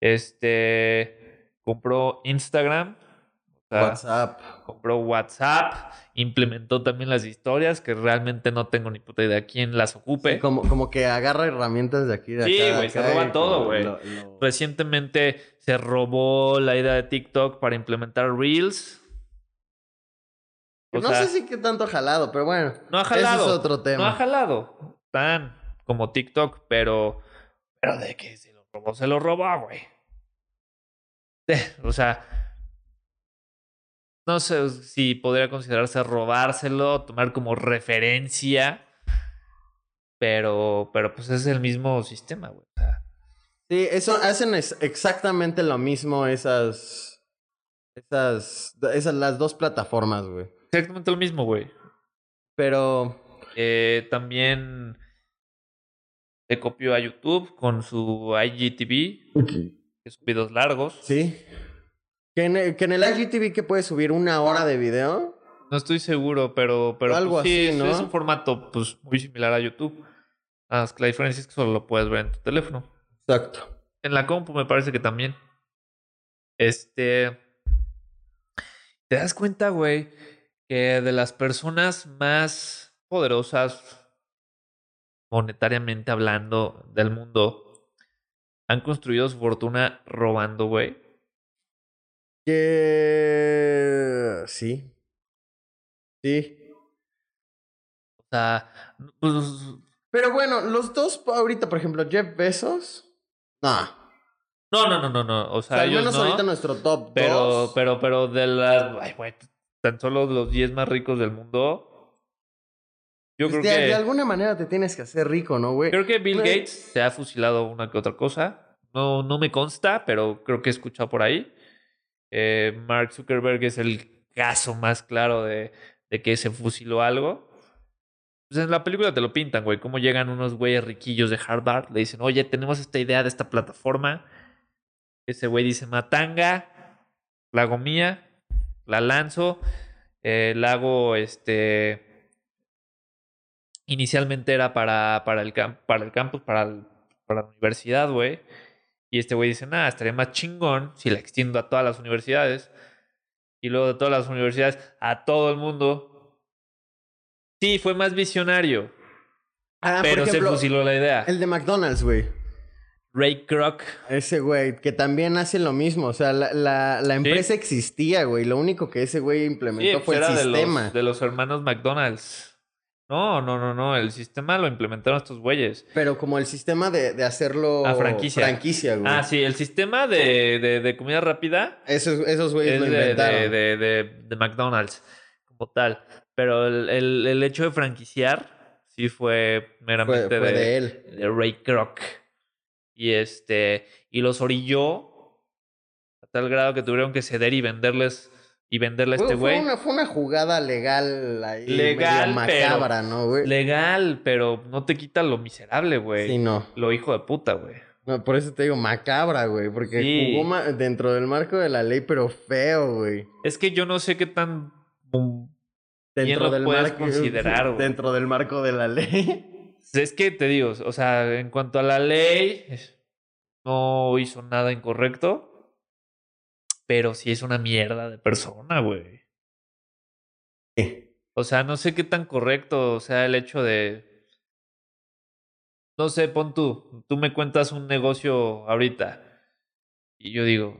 Speaker 2: Este, compró Instagram, o sea,
Speaker 3: WhatsApp.
Speaker 2: compró WhatsApp, implementó también las historias, que realmente no tengo ni puta idea quién las ocupe.
Speaker 3: Sí, como, como que agarra herramientas de aquí de
Speaker 2: Sí,
Speaker 3: acá, de
Speaker 2: güey, se
Speaker 3: acá,
Speaker 2: roba
Speaker 3: y
Speaker 2: todo,
Speaker 3: como
Speaker 2: güey. Pues,
Speaker 3: lo- lo-
Speaker 2: Recientemente se robó la idea de TikTok para implementar Reels. O
Speaker 3: no
Speaker 2: sea,
Speaker 3: sé si que tanto ha jalado, pero bueno.
Speaker 2: No ha jalado,
Speaker 3: Ese es otro tema.
Speaker 2: no ha jalado tan como TikTok, pero, pero de que se lo robó, se lo robó, güey. Eh, o sea, no sé si podría considerarse robárselo, tomar como referencia, pero, pero pues es el mismo sistema, güey. O sea,
Speaker 3: Sí, eso hacen es- exactamente lo mismo esas. Esas. Esas las dos plataformas, güey.
Speaker 2: exactamente lo mismo, güey.
Speaker 3: Pero.
Speaker 2: Eh, también le copió a YouTube con su IGTV, que son videos largos.
Speaker 3: Sí. Que en, el, que en el IGTV que puedes subir una hora de video.
Speaker 2: No estoy seguro, pero, pero
Speaker 3: Algo
Speaker 2: pues, sí,
Speaker 3: así,
Speaker 2: es-
Speaker 3: ¿no?
Speaker 2: es un formato pues, muy similar a YouTube. Nada más que la diferencia es que solo lo puedes ver en tu teléfono.
Speaker 3: Exacto.
Speaker 2: En la compu me parece que también. Este. ¿Te das cuenta, güey? Que de las personas más poderosas monetariamente hablando del mundo han construido su fortuna robando, güey.
Speaker 3: Que. Sí. Sí.
Speaker 2: O sea, pues,
Speaker 3: Pero bueno, los dos ahorita, por ejemplo, Jeff Bezos. Nah.
Speaker 2: no, no, no, no, no. O
Speaker 3: O
Speaker 2: sea,
Speaker 3: sea, al
Speaker 2: ellos
Speaker 3: menos
Speaker 2: no,
Speaker 3: ahorita nuestro top
Speaker 2: pero,
Speaker 3: dos.
Speaker 2: pero, pero de las, ay, güey, tan solo los 10 más ricos del mundo. Yo
Speaker 3: Pues
Speaker 2: creo
Speaker 3: de,
Speaker 2: que
Speaker 3: de alguna manera te tienes que hacer rico, ¿no, güey?
Speaker 2: Creo que Bill
Speaker 3: Güey.
Speaker 2: Gates se ha fusilado una que otra cosa. No, no me consta, pero creo que he escuchado por ahí. Eh, Mark Zuckerberg es el caso más claro de, de que se fusiló algo. Pues en la película te lo pintan, güey. Cómo llegan unos güeyes riquillos de Harvard. Le dicen, oye, tenemos esta idea de esta plataforma. Ese güey dice, matanga, la hago mía, la lanzo, eh, la hago, este... Inicialmente era para, para, el, cam- para el campus, para, el- para la universidad, güey. Y este güey dice, nada, estaría más chingón si la extiendo a todas las universidades. Y luego de todas las universidades, a todo el mundo. Sí, fue más visionario,
Speaker 3: Ah, por
Speaker 2: pero
Speaker 3: ejemplo,
Speaker 2: se fusiló la idea.
Speaker 3: El de McDonald's, güey.
Speaker 2: Ray Kroc,
Speaker 3: Ese güey, que también hace lo mismo. O sea, la, la, la empresa existía, güey. Lo único que ese güey
Speaker 2: sí, pues
Speaker 3: implementó fue el
Speaker 2: era de
Speaker 3: sistema.
Speaker 2: los, de los hermanos McDonald's. No, no, no, no, el sistema lo implementaron estos güeyes.
Speaker 3: Pero como el sistema de, de hacerlo.
Speaker 2: Ah, franquicia.
Speaker 3: Franquicia, güey.
Speaker 2: Ah, sí, el sistema de, de, de comida rápida
Speaker 3: Esos, esos güeyes
Speaker 2: es
Speaker 3: lo
Speaker 2: de, de-
Speaker 3: inventaron.
Speaker 2: de- de- de McDonald's como tal. Pero el, el- el hecho de franquiciar sí fue
Speaker 3: fue,
Speaker 2: meramente
Speaker 3: fue
Speaker 2: de,
Speaker 3: de él.
Speaker 2: de Ray Kroc. Y este. Y los orilló a tal grado que tuvieron que ceder y venderles. Y venderle a
Speaker 3: Fue-
Speaker 2: este
Speaker 3: fue,
Speaker 2: güey.
Speaker 3: una, fue una jugada legal ahí.
Speaker 2: Legal,
Speaker 3: medio macabra, ¿no, güey?
Speaker 2: Legal, pero no te quita lo miserable, güey.
Speaker 3: Sí, no.
Speaker 2: Lo hijo de puta, güey.
Speaker 3: No, Por eso te digo macabra, güey. Porque
Speaker 2: Sí.
Speaker 3: jugó ma- dentro del marco de la ley, pero feo, güey.
Speaker 2: Es que yo no sé qué tan. Bien
Speaker 3: Dentro
Speaker 2: lo
Speaker 3: del
Speaker 2: puedes
Speaker 3: marco.
Speaker 2: considerar, güey.
Speaker 3: Dentro del marco de la ley.
Speaker 2: Es que te digo, o sea, en cuanto a la ley, no hizo nada incorrecto. Pero sí es una mierda de persona, güey. O sea, no sé qué tan correcto sea el hecho de. No sé, pon tú. Tú me cuentas un negocio ahorita. Y yo digo,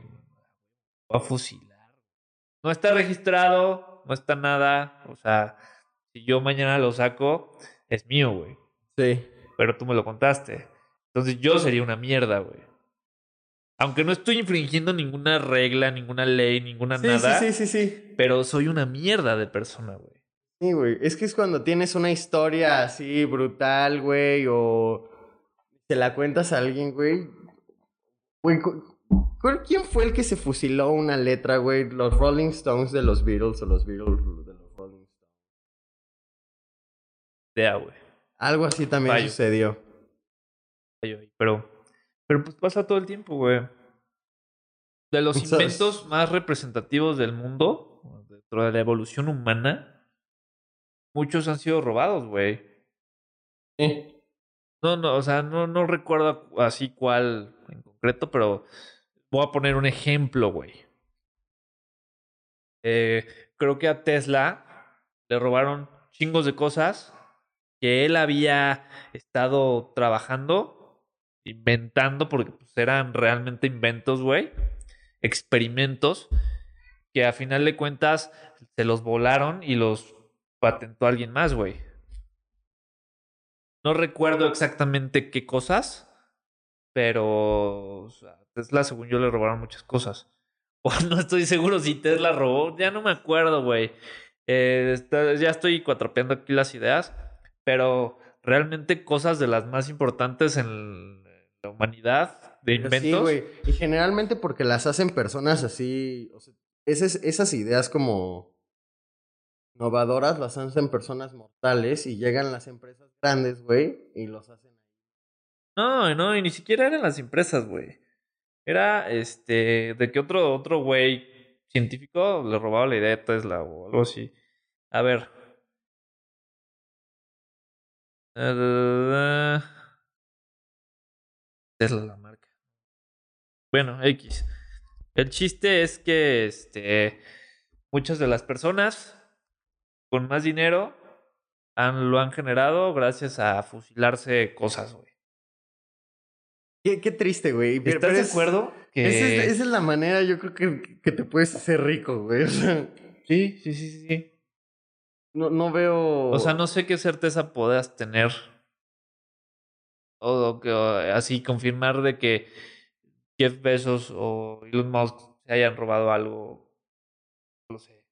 Speaker 2: voy a fusilar. No está registrado, no está nada. O sea, si yo mañana lo saco, es mío, güey.
Speaker 3: Sí.
Speaker 2: Pero tú me lo contaste. Entonces yo sería una mierda, güey. Aunque no estoy infringiendo ninguna regla, ninguna ley, ninguna
Speaker 3: Sí,
Speaker 2: nada.
Speaker 3: sí, sí, sí, sí.
Speaker 2: Pero soy una mierda de persona, güey.
Speaker 3: Sí, güey. Es que es cuando tienes una historia así brutal, güey, o te la cuentas a alguien, güey. Güey, cu- cu- ¿quién fue el que se fusiló una letra, güey? ¿Los Rolling Stones de los Beatles o los Beatles de los Rolling Stones?
Speaker 2: Idea, güey.
Speaker 3: Algo así también
Speaker 2: Fallo.
Speaker 3: sucedió.
Speaker 2: yo ahí, Pero, pero pues pasa todo el tiempo, güey. De los
Speaker 3: Pues,
Speaker 2: inventos más representativos del mundo, dentro de la evolución humana, muchos han sido robados, güey.
Speaker 3: Sí.
Speaker 2: No, no, o sea, no, no recuerdo así cuál en concreto, pero voy a poner un ejemplo, güey. Eh, creo que a Tesla le robaron chingos de cosas que él había estado trabajando, inventando, porque pues, eran realmente inventos, güey, experimentos, que a final de cuentas se los volaron y los patentó alguien más, güey. No recuerdo exactamente qué cosas, pero o sea, Tesla, según yo, le robaron muchas cosas. O no estoy seguro si Tesla robó, ya no me acuerdo, güey. Eh, está- ya estoy cuatropeando aquí las ideas, pero realmente cosas de las más importantes en la humanidad, de
Speaker 3: Pero Pues sí,
Speaker 2: inventos.
Speaker 3: güey. Y generalmente porque las hacen personas así. o sea, esas, esas ideas como innovadoras las hacen personas mortales y llegan las empresas grandes, güey, y los hacen.
Speaker 2: No, no, y ni siquiera eran las empresas, güey. Era este, de que otro, otro güey científico le robaba la idea de Tesla o algo así. A ver. Eh, Tesla la marca. Bueno, X. El chiste es que este, muchas de las personas con más dinero han, lo han generado gracias a fusilarse cosas, güey.
Speaker 3: Qué, qué triste, güey. pero-
Speaker 2: ¿Estás
Speaker 3: pero
Speaker 2: de
Speaker 3: es-
Speaker 2: acuerdo? Que...
Speaker 3: Esa es, esa es la manera, yo creo que, que te puedes hacer rico, güey. O sea,
Speaker 2: Sí, sí, sí, sí, sí.
Speaker 3: no, no veo.
Speaker 2: O sea, no sé qué certeza puedas tener. O, o que, o así confirmar de que Jeff Bezos o Elon Musk se hayan robado algo. No lo sé.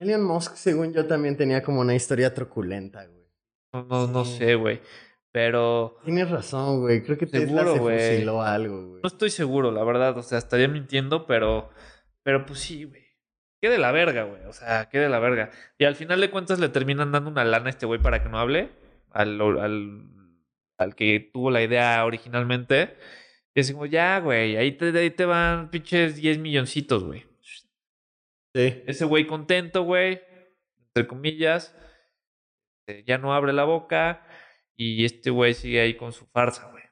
Speaker 3: Elon Musk, según yo, también tenía como una historia truculenta, güey.
Speaker 2: No, no, no
Speaker 3: Sí.
Speaker 2: sé, güey. Pero
Speaker 3: Tienes razón, güey. Creo que Tesla
Speaker 2: Seguro,
Speaker 3: se
Speaker 2: güey.
Speaker 3: fusiló algo, güey.
Speaker 2: no estoy seguro, la verdad. O sea, estaría mintiendo, pero. Pero pues sí, güey. Qué de la verga, güey. O sea, qué de la verga. Y al final de cuentas le terminan dando una lana a este güey para que no hable. Al, al, al que tuvo la idea originalmente. Y es como, ya, güey, ahí te, ahí te van pinches 10 milloncitos, güey.
Speaker 3: Sí.
Speaker 2: Ese güey contento, güey. Entre comillas. eh, Ya no abre la boca. Y este güey sigue ahí con su farsa, güey.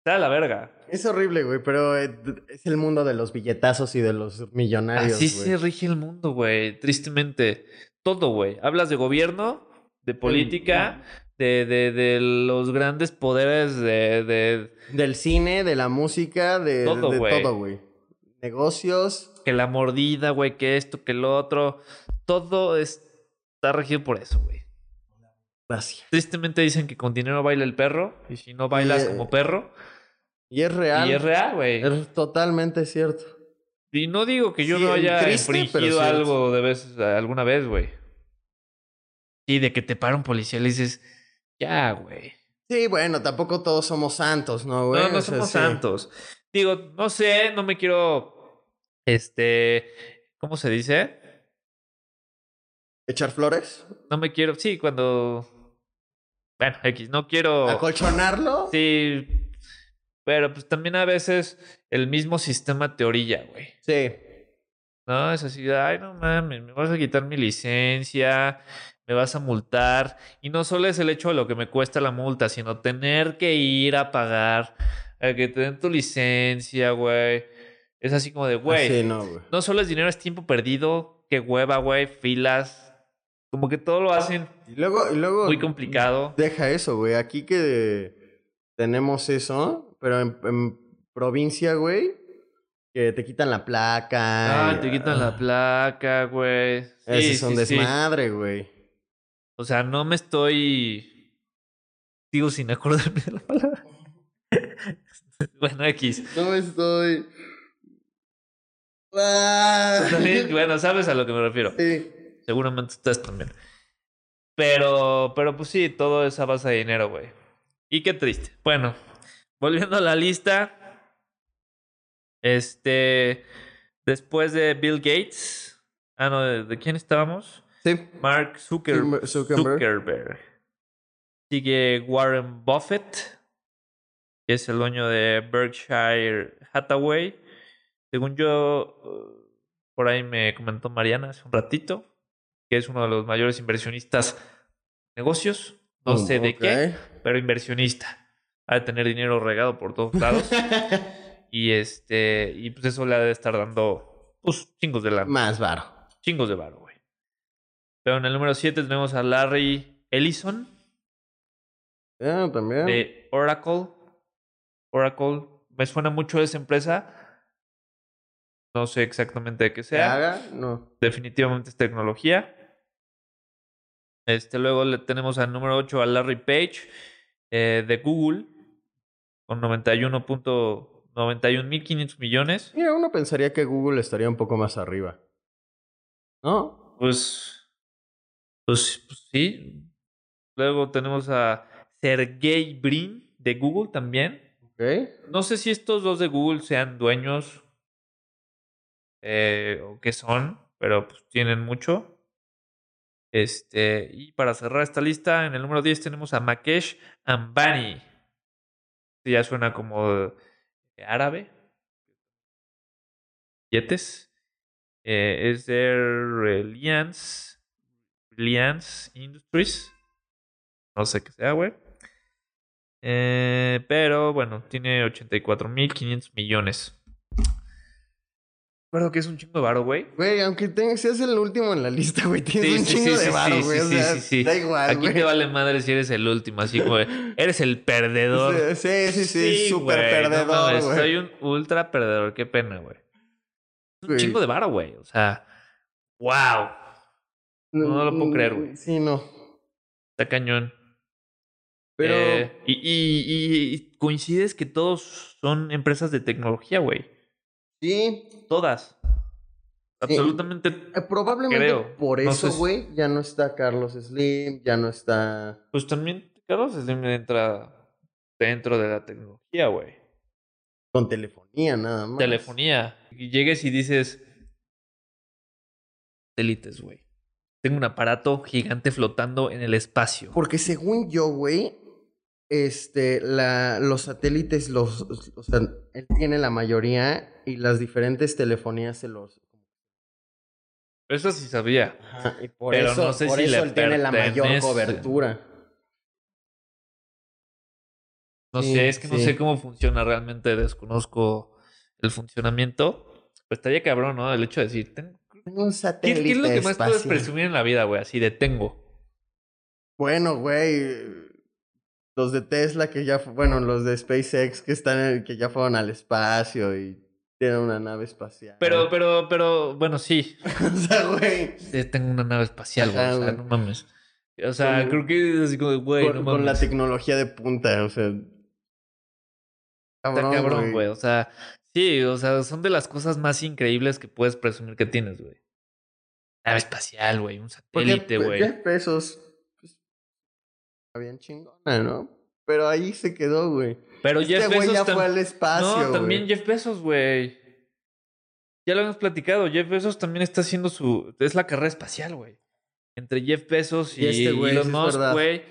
Speaker 2: Está de la verga.
Speaker 3: Es horrible, güey, pero eh, es el mundo de los billetazos y de los millonarios,
Speaker 2: Así
Speaker 3: güey.
Speaker 2: se rige el mundo, güey, tristemente. Todo, güey. Hablas de gobierno, de política, de, de, de los grandes poderes, de, de
Speaker 3: Del cine, de la música, de
Speaker 2: Todo,
Speaker 3: de
Speaker 2: güey.
Speaker 3: todo, güey. Negocios.
Speaker 2: que la mordida, güey, que esto, que lo otro. Todo es- está regido por eso, güey.
Speaker 3: Gracias.
Speaker 2: Tristemente dicen que con dinero baila el perro y si no bailas
Speaker 3: eh,
Speaker 2: como perro.
Speaker 3: Y es real.
Speaker 2: Y es real, güey.
Speaker 3: Es totalmente cierto.
Speaker 2: Y no digo que yo
Speaker 3: Sí,
Speaker 2: no haya
Speaker 3: triste, pero
Speaker 2: infringido
Speaker 3: cierto.
Speaker 2: algo de vez, alguna vez, güey. Sí, de que te para un policía y le dices, ya, güey.
Speaker 3: Sí, bueno, tampoco todos somos santos, ¿no, güey?
Speaker 2: No, no
Speaker 3: O sea,
Speaker 2: somos
Speaker 3: sí.
Speaker 2: santos. Digo, no sé, no me quiero. Este. ¿Cómo se dice?
Speaker 3: ¿Echar flores?
Speaker 2: No me quiero. Sí, cuando. Bueno, X, no quiero.
Speaker 3: ¿Acolchonarlo?
Speaker 2: Oh. Sí. Pero pues también a veces el mismo sistema te orilla, güey.
Speaker 3: Sí.
Speaker 2: No, es así, de, ay, no mames, me vas a quitar mi licencia, me vas a multar. Y no solo es el hecho de lo que me cuesta la multa, sino tener que ir a pagar, a que te den tu licencia, güey. Es así como de, güey,
Speaker 3: Sí, no, güey.
Speaker 2: no solo es dinero, es tiempo perdido, que hueva, güey, filas. Como que todo lo hacen
Speaker 3: Y luego, y luego.
Speaker 2: muy complicado.
Speaker 3: Deja eso, güey. Aquí que tenemos eso, pero en, en provincia, güey, que te quitan la placa.
Speaker 2: Ay, Ah, te quitan la placa, güey. Sí,
Speaker 3: Ese es un
Speaker 2: sí, sí.
Speaker 3: desmadre, güey.
Speaker 2: O sea, no me estoy. Digo sin acordarme de la palabra. bueno, X.
Speaker 3: No estoy. Ah.
Speaker 2: También, bueno, sabes a lo que me refiero.
Speaker 3: Sí.
Speaker 2: Seguramente ustedes también. Pero, pero pues sí, todo es a base de dinero, güey. Y qué triste. Bueno, volviendo a la lista. Este. Después de Bill Gates. Ah, no, ¿de, de quién estábamos?
Speaker 3: Sí.
Speaker 2: Mark Zucker-
Speaker 3: Zuckerberg.
Speaker 2: Zuckerberg. Sigue Warren Buffett, que es el dueño de Berkshire Hathaway. Según yo, eh, por ahí me comentó Mariana hace un ratito, que es uno de los mayores inversionistas de negocios.
Speaker 3: Oh,
Speaker 2: No sé de qué, pero inversionista. Ha de tener dinero regado por todos lados. y este y pues eso le ha de estar dando pues, chingos de lana
Speaker 3: Más varo.
Speaker 2: chingos de varo, güey. Pero en el número 7 tenemos a Larry Ellison
Speaker 3: Ah, también.
Speaker 2: de Oracle. Oracle, me suena mucho esa empresa. No sé exactamente de qué
Speaker 3: ¿Se
Speaker 2: sea.
Speaker 3: haga? No.
Speaker 2: Definitivamente es tecnología. Este, luego le tenemos al número 8 a Larry Page eh, de Google. con 91.91.500 millones.
Speaker 3: Mira, uno pensaría que Google estaría un poco más arriba. ¿No?
Speaker 2: Pues, pues, pues sí. Luego tenemos a Sergey Brin de Google también.
Speaker 3: Ok.
Speaker 2: No sé si estos dos de Google sean dueños eh, o qué son, pero pues tienen mucho. Este, y para cerrar esta lista, en el número 10 tenemos a Makesh Ambani. Este ya suena como eh, árabe. Yetes. Eh, es de Reliance, Reliance Industries. No sé qué sea, güey. Eh, pero bueno, tiene 84.500 millones. Recuerdo que es un chingo de varo, güey.
Speaker 3: Güey, aunque tengas- seas el último en la lista, güey, tienes
Speaker 2: Sí,
Speaker 3: un
Speaker 2: sí,
Speaker 3: chingo
Speaker 2: sí,
Speaker 3: de
Speaker 2: sí,
Speaker 3: varo,
Speaker 2: sí,
Speaker 3: güey.
Speaker 2: sí,
Speaker 3: o sea,
Speaker 2: sí, sí.
Speaker 3: Da igual,
Speaker 2: Aquí
Speaker 3: güey.
Speaker 2: te vale madre si eres el último, así como de, eres el perdedor.
Speaker 3: Sí, sí, sí, súper
Speaker 2: güey, no
Speaker 3: perdedor,
Speaker 2: mames,
Speaker 3: güey.
Speaker 2: soy un ultra perdedor, qué pena, güey. Es un
Speaker 3: Güey.
Speaker 2: chingo de varo, güey. O sea, wow. No, no lo puedo creer, güey.
Speaker 3: Mm, Sí, no.
Speaker 2: Está cañón.
Speaker 3: Pero
Speaker 2: Eh, y, y- y- y coincides que todos son empresas de tecnología, güey.
Speaker 3: sí,
Speaker 2: Todas. Absolutamente.
Speaker 3: eh, probablemente
Speaker 2: Creo.
Speaker 3: por
Speaker 2: No
Speaker 3: eso,
Speaker 2: sé si-
Speaker 3: güey, ya no está Carlos Slim, ya no está...
Speaker 2: Pues también Carlos Slim entra dentro de la tecnología, güey.
Speaker 3: Con telefonía nada más.
Speaker 2: Telefonía. Y llegues y dices. Satélites, güey. Tengo un aparato gigante flotando en el espacio.
Speaker 3: Porque según yo, güey, este, la, los satélites, los, o sea, él tiene la mayoría y las diferentes telefonías se los...
Speaker 2: Eso sí sabía.
Speaker 3: Ajá, y por
Speaker 2: Pero
Speaker 3: eso,
Speaker 2: no sé
Speaker 3: por
Speaker 2: si
Speaker 3: eso
Speaker 2: le
Speaker 3: él tiene la mayor
Speaker 2: pertenece.
Speaker 3: cobertura.
Speaker 2: No
Speaker 3: Sí,
Speaker 2: sé, es que no
Speaker 3: sí.
Speaker 2: sé cómo funciona realmente, desconozco el funcionamiento. Pues estaría cabrón, ¿no? El hecho de decir, tengo...
Speaker 3: Tengo un
Speaker 2: ¿Qué,
Speaker 3: satélite
Speaker 2: qué es lo que más puedes
Speaker 3: espacial.
Speaker 2: presumir en la vida, güey? Así de tengo.
Speaker 3: Bueno, güey, los de Tesla que ya, fu- bueno, los de SpaceX que están, en- que ya fueron al espacio y tienen una nave espacial.
Speaker 2: Pero, pero, pero, bueno, sí.
Speaker 3: o sea, güey,
Speaker 2: Eh, Tengo una nave espacial, güey.
Speaker 3: Ajá,
Speaker 2: O sea,
Speaker 3: güey.
Speaker 2: no mames. O sea,
Speaker 3: Con-
Speaker 2: creo que es así como, de, güey,
Speaker 3: con,
Speaker 2: no
Speaker 3: con la
Speaker 2: mames.
Speaker 3: tecnología de punta, o sea,
Speaker 2: Está cabrón, güey. O sea, sí, o sea, son de las cosas más increíbles que puedes presumir que tienes, güey. Nave espacial, güey. Un
Speaker 3: Pues, Porque
Speaker 2: satélite,
Speaker 3: pe-
Speaker 2: güey.
Speaker 3: 10 pesos, pues, está bien chingona, ¿no? Pero ahí se quedó, güey.
Speaker 2: Pero
Speaker 3: Este
Speaker 2: Jeff
Speaker 3: güey
Speaker 2: Bezos
Speaker 3: ya
Speaker 2: tam-
Speaker 3: fue al espacio,
Speaker 2: No, también
Speaker 3: güey.
Speaker 2: Jeff Bezos, güey. Ya lo hemos platicado. Jeff Bezos también está haciendo su. Es la carrera espacial, güey. Entre Jeff Bezos y,
Speaker 3: Y este güey,
Speaker 2: Elon
Speaker 3: sí es
Speaker 2: Musk,
Speaker 3: verdad.
Speaker 2: güey.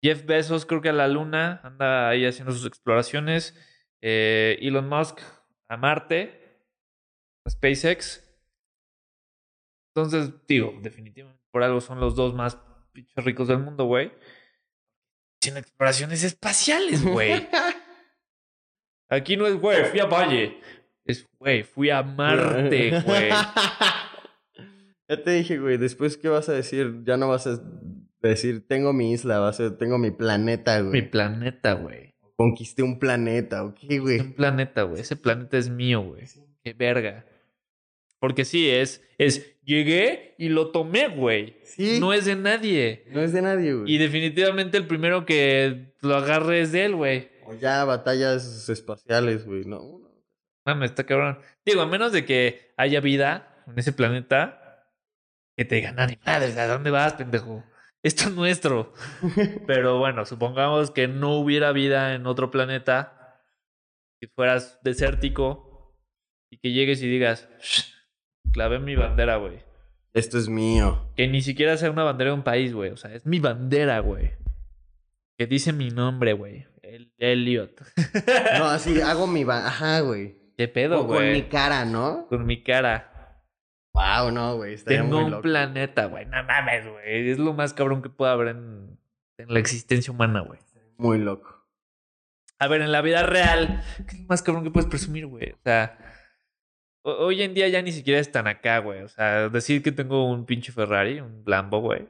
Speaker 2: Jeff Bezos, creo que a la luna, anda ahí haciendo sus exploraciones. Eh, Elon Musk a Marte, a SpaceX. Entonces, digo, definitivamente por algo son los dos más pinches ricos del mundo, güey. Sin exploraciones espaciales, güey. Aquí no es, güey, fui a Valle. Es, güey, fui a Marte, güey.
Speaker 3: Ya te dije, güey, después qué vas a decir, ya no vas a decir, tengo mi isla, vas a tengo mi planeta,
Speaker 2: Mi
Speaker 3: güey.
Speaker 2: planeta, güey.
Speaker 3: Conquisté un planeta, ¿ok,
Speaker 2: Un
Speaker 3: güey?
Speaker 2: planeta, güey. Ese planeta es mío, güey. Qué verga. Porque sí, es, es, llegué y lo tomé, güey.
Speaker 3: Sí,
Speaker 2: No es de nadie.
Speaker 3: no es de nadie, güey.
Speaker 2: Y definitivamente el primero que lo agarre es de él, güey.
Speaker 3: O ya batallas espaciales, güey, no.
Speaker 2: Mames, está cabrón. Digo, a menos de que haya vida en ese planeta, que te digan, "Ah, ni madres, ¿a dónde vas, pendejo? Esto es nuestro. Pero bueno, supongamos que no hubiera vida en otro planeta, que fueras desértico y que llegues y digas, "Shh, clavé mi bandera, güey.
Speaker 3: Esto es mío.
Speaker 2: Que ni siquiera sea una bandera de un país, güey. O sea, es mi bandera, güey. Que dice mi nombre, güey. El Elliot.
Speaker 3: No, así hago mi ba- ajá, güey.
Speaker 2: ¿Qué
Speaker 3: O
Speaker 2: pedo,
Speaker 3: con
Speaker 2: güey?
Speaker 3: mi cara, ¿no?
Speaker 2: Con mi cara.
Speaker 3: Wow, no, güey, estaría
Speaker 2: Tengo
Speaker 3: muy
Speaker 2: un
Speaker 3: loco.
Speaker 2: planeta, güey. No mames, güey. Es lo más cabrón que puede haber en, en la existencia humana, güey.
Speaker 3: Muy loco.
Speaker 2: A ver, en la vida real, ¿qué es lo más cabrón que puedes presumir, güey? O sea, ho- hoy en día ya ni siquiera están acá, güey. O sea, decir que tengo un pinche Ferrari, un Lambo, güey.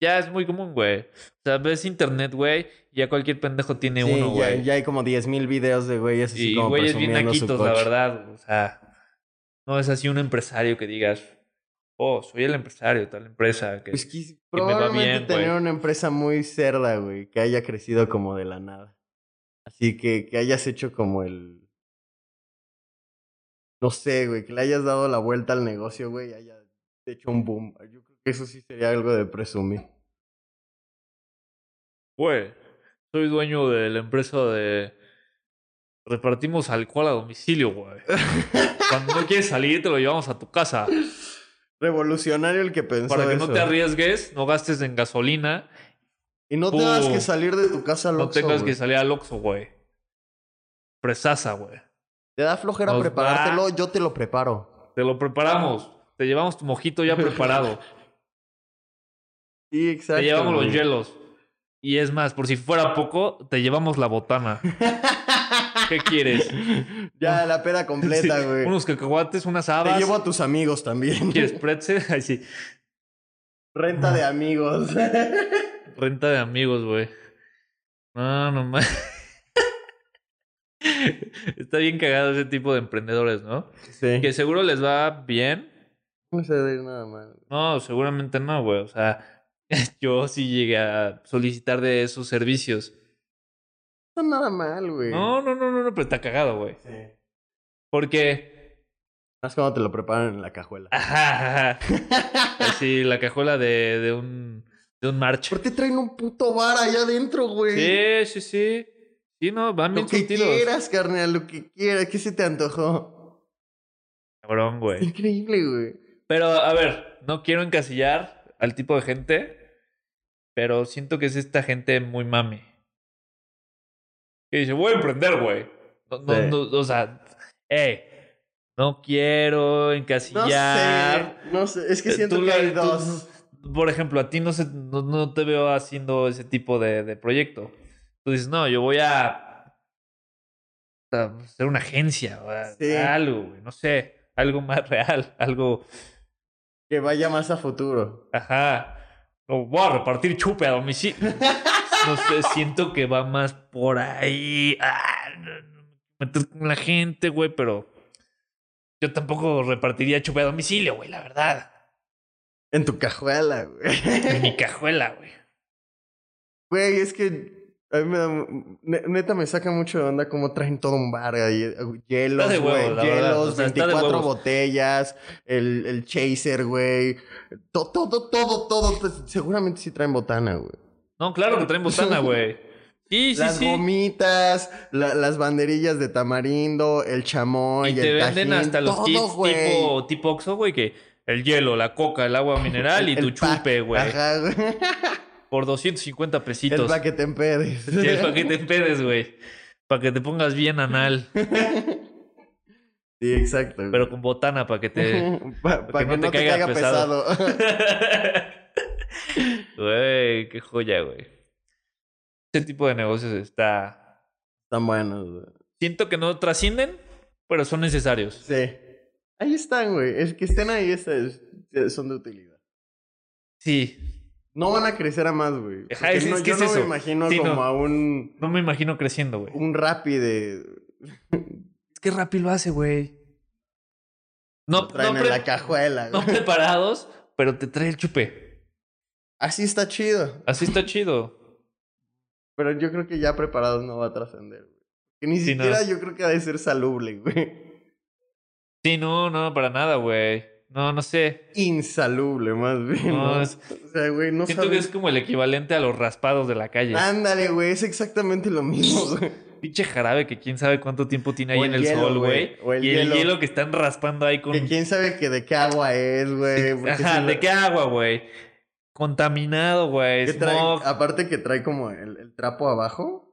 Speaker 2: Ya es muy común, güey. O sea, ves internet, güey, y ya cualquier pendejo tiene
Speaker 3: Sí,
Speaker 2: uno,
Speaker 3: ya,
Speaker 2: güey.
Speaker 3: ya hay como 10.000 videos de güeyes así
Speaker 2: Y
Speaker 3: como
Speaker 2: güeyes bien
Speaker 3: presumiendo su
Speaker 2: naquitos, la
Speaker 3: coche.
Speaker 2: verdad. O sea, no es así un empresario que digas, oh, soy el empresario de tal empresa. Que...
Speaker 3: Pues que
Speaker 2: me va
Speaker 3: probablemente
Speaker 2: bien,
Speaker 3: tener
Speaker 2: güey.
Speaker 3: una empresa muy cerda, güey, que haya crecido como de la nada. Así que que hayas hecho como el... No sé, güey, que le hayas dado la vuelta al negocio, güey, y haya hecho un boom. Yo creo que eso sí sería algo de presumir.
Speaker 2: Güey, soy dueño de la empresa de... Repartimos alcohol a domicilio, güey. Cuando no quieres salir, te lo llevamos a tu casa.
Speaker 3: Revolucionario el que pensó
Speaker 2: Para que no
Speaker 3: eso.
Speaker 2: te arriesgues, no gastes en gasolina,
Speaker 3: Y no tengas
Speaker 2: Pum.
Speaker 3: que salir de tu casa al
Speaker 2: no
Speaker 3: Oxxo,
Speaker 2: tengas
Speaker 3: güey.
Speaker 2: que salir al Oxxo, güey. Presasa, güey.
Speaker 3: Te da flojera
Speaker 2: Nos
Speaker 3: preparártelo, yo te lo preparo.
Speaker 2: Te lo preparamos. Te llevamos tu mojito ya preparado.
Speaker 3: Sí, exacto.
Speaker 2: te llevamos
Speaker 3: güey.
Speaker 2: los hielos. Y es más, por si fuera poco, te llevamos la botana. ¿Qué quieres?
Speaker 3: ya, la peda completa,
Speaker 2: Sí,
Speaker 3: güey.
Speaker 2: Unos cacahuates, unas
Speaker 3: Te
Speaker 2: habas.
Speaker 3: llevo a tus amigos también.
Speaker 2: ¿Quieres pretzel? Ay, sí.
Speaker 3: Renta de amigos.
Speaker 2: Renta de amigos, güey. No, no ma- Está bien cagado ese tipo de emprendedores, ¿no?
Speaker 3: sí.
Speaker 2: Que seguro les va bien.
Speaker 3: No se ve nada mal.
Speaker 2: No, seguramente no, güey. O sea, yo sí llegué a solicitar de esos servicios.
Speaker 3: No está nada mal, güey.
Speaker 2: No, no, no, no, no, pero está cagado, güey.
Speaker 3: Sí.
Speaker 2: Porque.
Speaker 3: Más cuando te lo preparan en la cajuela.
Speaker 2: Ajá, ajá. Así, la cajuela de, de un. de un march.
Speaker 3: ¿Por qué traen un puto bar allá adentro, güey?
Speaker 2: Sí, sí, sí. Sí, no, van
Speaker 3: Lo
Speaker 2: bien
Speaker 3: que
Speaker 2: surtidos.
Speaker 3: quieras, carnal, lo que quieras. ¿Qué se te antojó?
Speaker 2: Cabrón, güey.
Speaker 3: Increíble, güey.
Speaker 2: Pero, a ver, no quiero encasillar al tipo de gente, pero siento que es esta gente muy mami. Que dice, voy a emprender, güey. No, no,
Speaker 3: Sí.
Speaker 2: no, o sea, eh, no quiero
Speaker 3: No
Speaker 2: encasillar.
Speaker 3: sé. No sé. Es que
Speaker 2: Eh,
Speaker 3: siento
Speaker 2: tú
Speaker 3: que
Speaker 2: la-
Speaker 3: hay
Speaker 2: tú-
Speaker 3: dos.
Speaker 2: Por ejemplo, a ti no, se, no, no te veo haciendo ese tipo de, de proyecto. Tú dices, no, yo voy a, a hacer una agencia, o a-
Speaker 3: Sí.
Speaker 2: algo, güey, no sé, algo más real, algo...
Speaker 3: Que vaya más a futuro.
Speaker 2: Ajá. O voy a repartir chupe a domicilio. No sé, siento que va más por ahí. Ah, no, no, meter con la gente, güey, pero yo tampoco repartiría chupe a domicilio, güey, la verdad.
Speaker 3: En tu cajuela, güey.
Speaker 2: En mi cajuela, güey.
Speaker 3: Güey, es que a mí me da... mu- ne- Neta, me saca mucho de onda cómo traen todo un bar ahí. Hielos,
Speaker 2: Está de huevos,
Speaker 3: güey.
Speaker 2: la verdad,
Speaker 3: Hielos,
Speaker 2: o sea, está de
Speaker 3: 24
Speaker 2: huevos.
Speaker 3: botellas, el, el chaser, güey. Todo, todo, todo, todo. t- Seguramente sí traen botana, güey.
Speaker 2: No, claro que traen botana, güey. Sí, sí,
Speaker 3: las
Speaker 2: sí.
Speaker 3: gomitas, la- las banderillas de tamarindo, el chamoy,
Speaker 2: Y te
Speaker 3: el
Speaker 2: venden
Speaker 3: tajín,
Speaker 2: hasta los
Speaker 3: todo,
Speaker 2: kits
Speaker 3: güey.
Speaker 2: tipo, tipo Oxxo, güey, que el hielo, la coca, el agua mineral y
Speaker 3: El-
Speaker 2: tu
Speaker 3: el pack,
Speaker 2: chupe, güey.
Speaker 3: Ajá, güey.
Speaker 2: Por 250
Speaker 3: Es
Speaker 2: pesitos.
Speaker 3: para que te empedes.
Speaker 2: Sí, para que te empedes, güey. Para que te pongas bien anal.
Speaker 3: Sí, exacto. güey.
Speaker 2: Pero con botana, para que te.
Speaker 3: Para
Speaker 2: que
Speaker 3: que
Speaker 2: no
Speaker 3: no
Speaker 2: te
Speaker 3: te
Speaker 2: caiga
Speaker 3: caiga pesado.
Speaker 2: Güey, qué joya, güey. Ese tipo de negocios está.
Speaker 3: Están buenos, güey.
Speaker 2: Siento que no trascienden, pero son necesarios.
Speaker 3: Sí. Ahí están, güey. El que estén ahí está- es- son de utilidad.
Speaker 2: Sí.
Speaker 3: No van a crecer a más, güey.
Speaker 2: Ajá,
Speaker 3: Porque
Speaker 2: es-
Speaker 3: no-
Speaker 2: es que
Speaker 3: yo
Speaker 2: es
Speaker 3: no
Speaker 2: eso.
Speaker 3: me imagino
Speaker 2: Sí,
Speaker 3: como
Speaker 2: no.
Speaker 3: a un,
Speaker 2: No me imagino creciendo, güey.
Speaker 3: un Rappi de...
Speaker 2: Es que Rappi lo hace, güey. No,
Speaker 3: lo traen
Speaker 2: no
Speaker 3: en
Speaker 2: pre-
Speaker 3: la cajuela,
Speaker 2: no
Speaker 3: güey.
Speaker 2: preparados, pero te trae el chupe.
Speaker 3: Así está chido.
Speaker 2: Así está chido.
Speaker 3: Pero yo creo que ya preparados no va a trascender, güey. Que ni
Speaker 2: Sí, no.
Speaker 3: siquiera yo creo que ha de ser salubre, güey.
Speaker 2: Sí, no, no, para nada, güey. No, no sé.
Speaker 3: Insalubre, más bien.
Speaker 2: No,
Speaker 3: No,
Speaker 2: es-
Speaker 3: O sea, güey, no
Speaker 2: Siento que es
Speaker 3: sabes...
Speaker 2: como el equivalente a los raspados de la calle.
Speaker 3: Ándale, güey. Es exactamente lo mismo, güey.
Speaker 2: Pinche jarabe que quién sabe cuánto tiempo tiene ahí
Speaker 3: O
Speaker 2: en
Speaker 3: el
Speaker 2: el
Speaker 3: hielo,
Speaker 2: sol,
Speaker 3: güey.
Speaker 2: güey.
Speaker 3: O el
Speaker 2: y
Speaker 3: hielo.
Speaker 2: el hielo que están raspando ahí con.
Speaker 3: Que quién sabe que de qué agua es, güey. porque
Speaker 2: Ajá,
Speaker 3: si
Speaker 2: ¿de
Speaker 3: lo-
Speaker 2: qué agua, güey? Contaminado, güey.
Speaker 3: que trae-
Speaker 2: Smog.
Speaker 3: aparte que trae como el, el trapo abajo.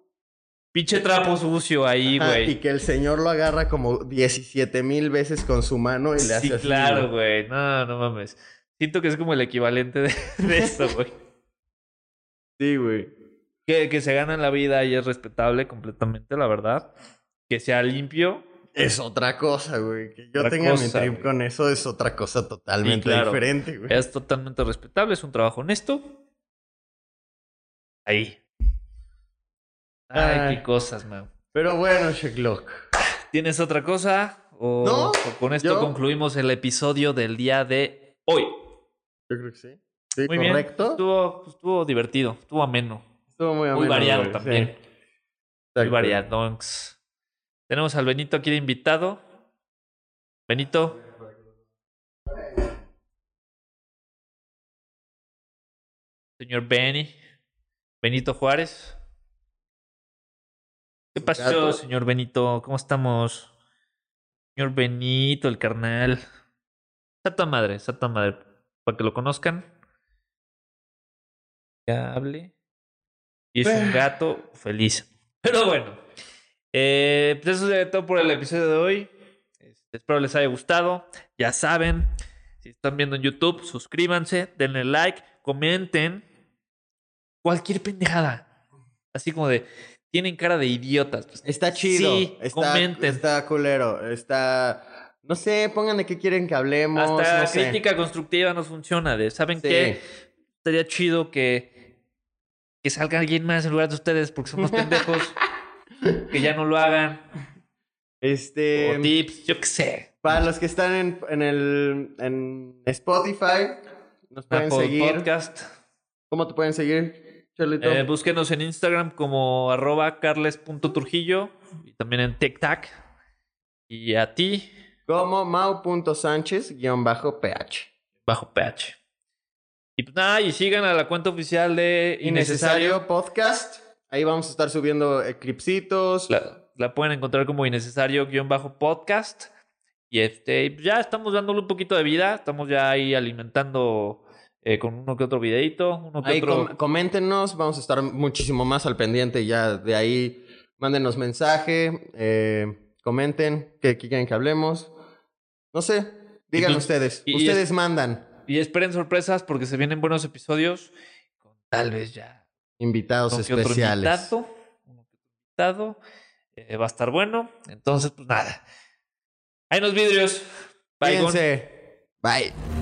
Speaker 2: Pinche trapo sucio ahí,
Speaker 3: Ajá, y
Speaker 2: güey.
Speaker 3: que el señor lo agarra como 17 mil veces con su mano y le hace
Speaker 2: Sí,
Speaker 3: así,
Speaker 2: claro,
Speaker 3: güey.
Speaker 2: güey. No, no mames. Siento que es como el equivalente de, de eso, güey.
Speaker 3: Sí, güey.
Speaker 2: Que, que se ganan la vida y es respetable completamente, la verdad. Que sea limpio.
Speaker 3: Es otra cosa, güey. Que yo
Speaker 2: Otra
Speaker 3: tenga mi
Speaker 2: cosa,
Speaker 3: trip
Speaker 2: güey.
Speaker 3: con eso es otra cosa totalmente
Speaker 2: Sí, claro.
Speaker 3: diferente, güey.
Speaker 2: Es totalmente respetable, es un trabajo honesto. Ahí. Ay,
Speaker 3: Ay.
Speaker 2: qué cosas, man.
Speaker 3: Pero bueno, Sheklock.
Speaker 2: ¿Tienes otra cosa? ¿O
Speaker 3: No,
Speaker 2: o con esto
Speaker 3: yo-
Speaker 2: concluimos el episodio del día de hoy.
Speaker 3: Yo creo que sí. Sí,
Speaker 2: Muy bien.
Speaker 3: correcto.
Speaker 2: Estuvo, estuvo divertido, estuvo ameno.
Speaker 3: Estuvo muy
Speaker 2: muy
Speaker 3: ameno,
Speaker 2: variado
Speaker 3: güey, sí,
Speaker 2: también. muy
Speaker 3: exacto.
Speaker 2: variadonks. Tenemos al Benito aquí de invitado. Benito. Señor Benny. Benito Juárez. ¿Qué pasó,
Speaker 3: Gato.
Speaker 2: señor Benito? ¿Cómo estamos? Señor Benito, el carnal. Santa madre, santa madre. Para que lo conozcan. Ya hable. Y es un gato feliz. Pero bueno. eh, pues eso sería todo por el episodio de hoy. Este, espero les haya gustado. Ya saben. Si están viendo en YouTube, suscríbanse, denle like, comenten. Cualquier pendejada. Así como de. Tienen cara de idiotas. Pues,
Speaker 3: Está chido.
Speaker 2: Sí,
Speaker 3: está,
Speaker 2: comenten.
Speaker 3: Está culero. Está. No sé, pónganle qué quieren que hablemos.
Speaker 2: Hasta
Speaker 3: no sé.
Speaker 2: crítica constructiva nos funciona. De, ¿Saben
Speaker 3: Sí.
Speaker 2: qué? Estaría chido que, que salga alguien más en lugar de ustedes porque somos pendejos. que ya no lo hagan.
Speaker 3: Este.
Speaker 2: o tips, yo qué sé.
Speaker 3: Para los que están en, en el en Spotify, nos pueden
Speaker 2: Apple
Speaker 3: seguir.
Speaker 2: Podcast.
Speaker 3: ¿Cómo te pueden seguir, Charlito?
Speaker 2: Eh, búsquenos en Instagram como arroba carles.trujillo y también en TikTok. Y a ti,
Speaker 3: Como mau.sánchez-ph.
Speaker 2: bajo PH. Y pues nada, y sigan a la cuenta oficial de Innecesario.
Speaker 3: Innecesario Podcast. Ahí vamos a estar subiendo eh, clipsitos.
Speaker 2: La, la pueden encontrar como innecesario-podcast. Y este, y ya estamos dándole un poquito de vida. Estamos ya ahí alimentando eh, con uno que otro videito, uno que
Speaker 3: Ahí
Speaker 2: otro.
Speaker 3: com- coméntenos, vamos a estar muchísimo más al pendiente y ya de ahí mándenos mensaje, eh, comenten qué qué quieren que hablemos. No sé, digan
Speaker 2: pues-
Speaker 3: ustedes,
Speaker 2: y- y
Speaker 3: ustedes mandan
Speaker 2: Y esperen sorpresas porque se vienen buenos episodios. Con tal vez ya
Speaker 3: invitados
Speaker 2: uno que otro
Speaker 3: especiales.
Speaker 2: invitado, uno que otro invitado, eh, va a estar bueno. Entonces, pues nada. Ahí nos vidrios. Bye, Gon.
Speaker 3: Cuídense. Bye.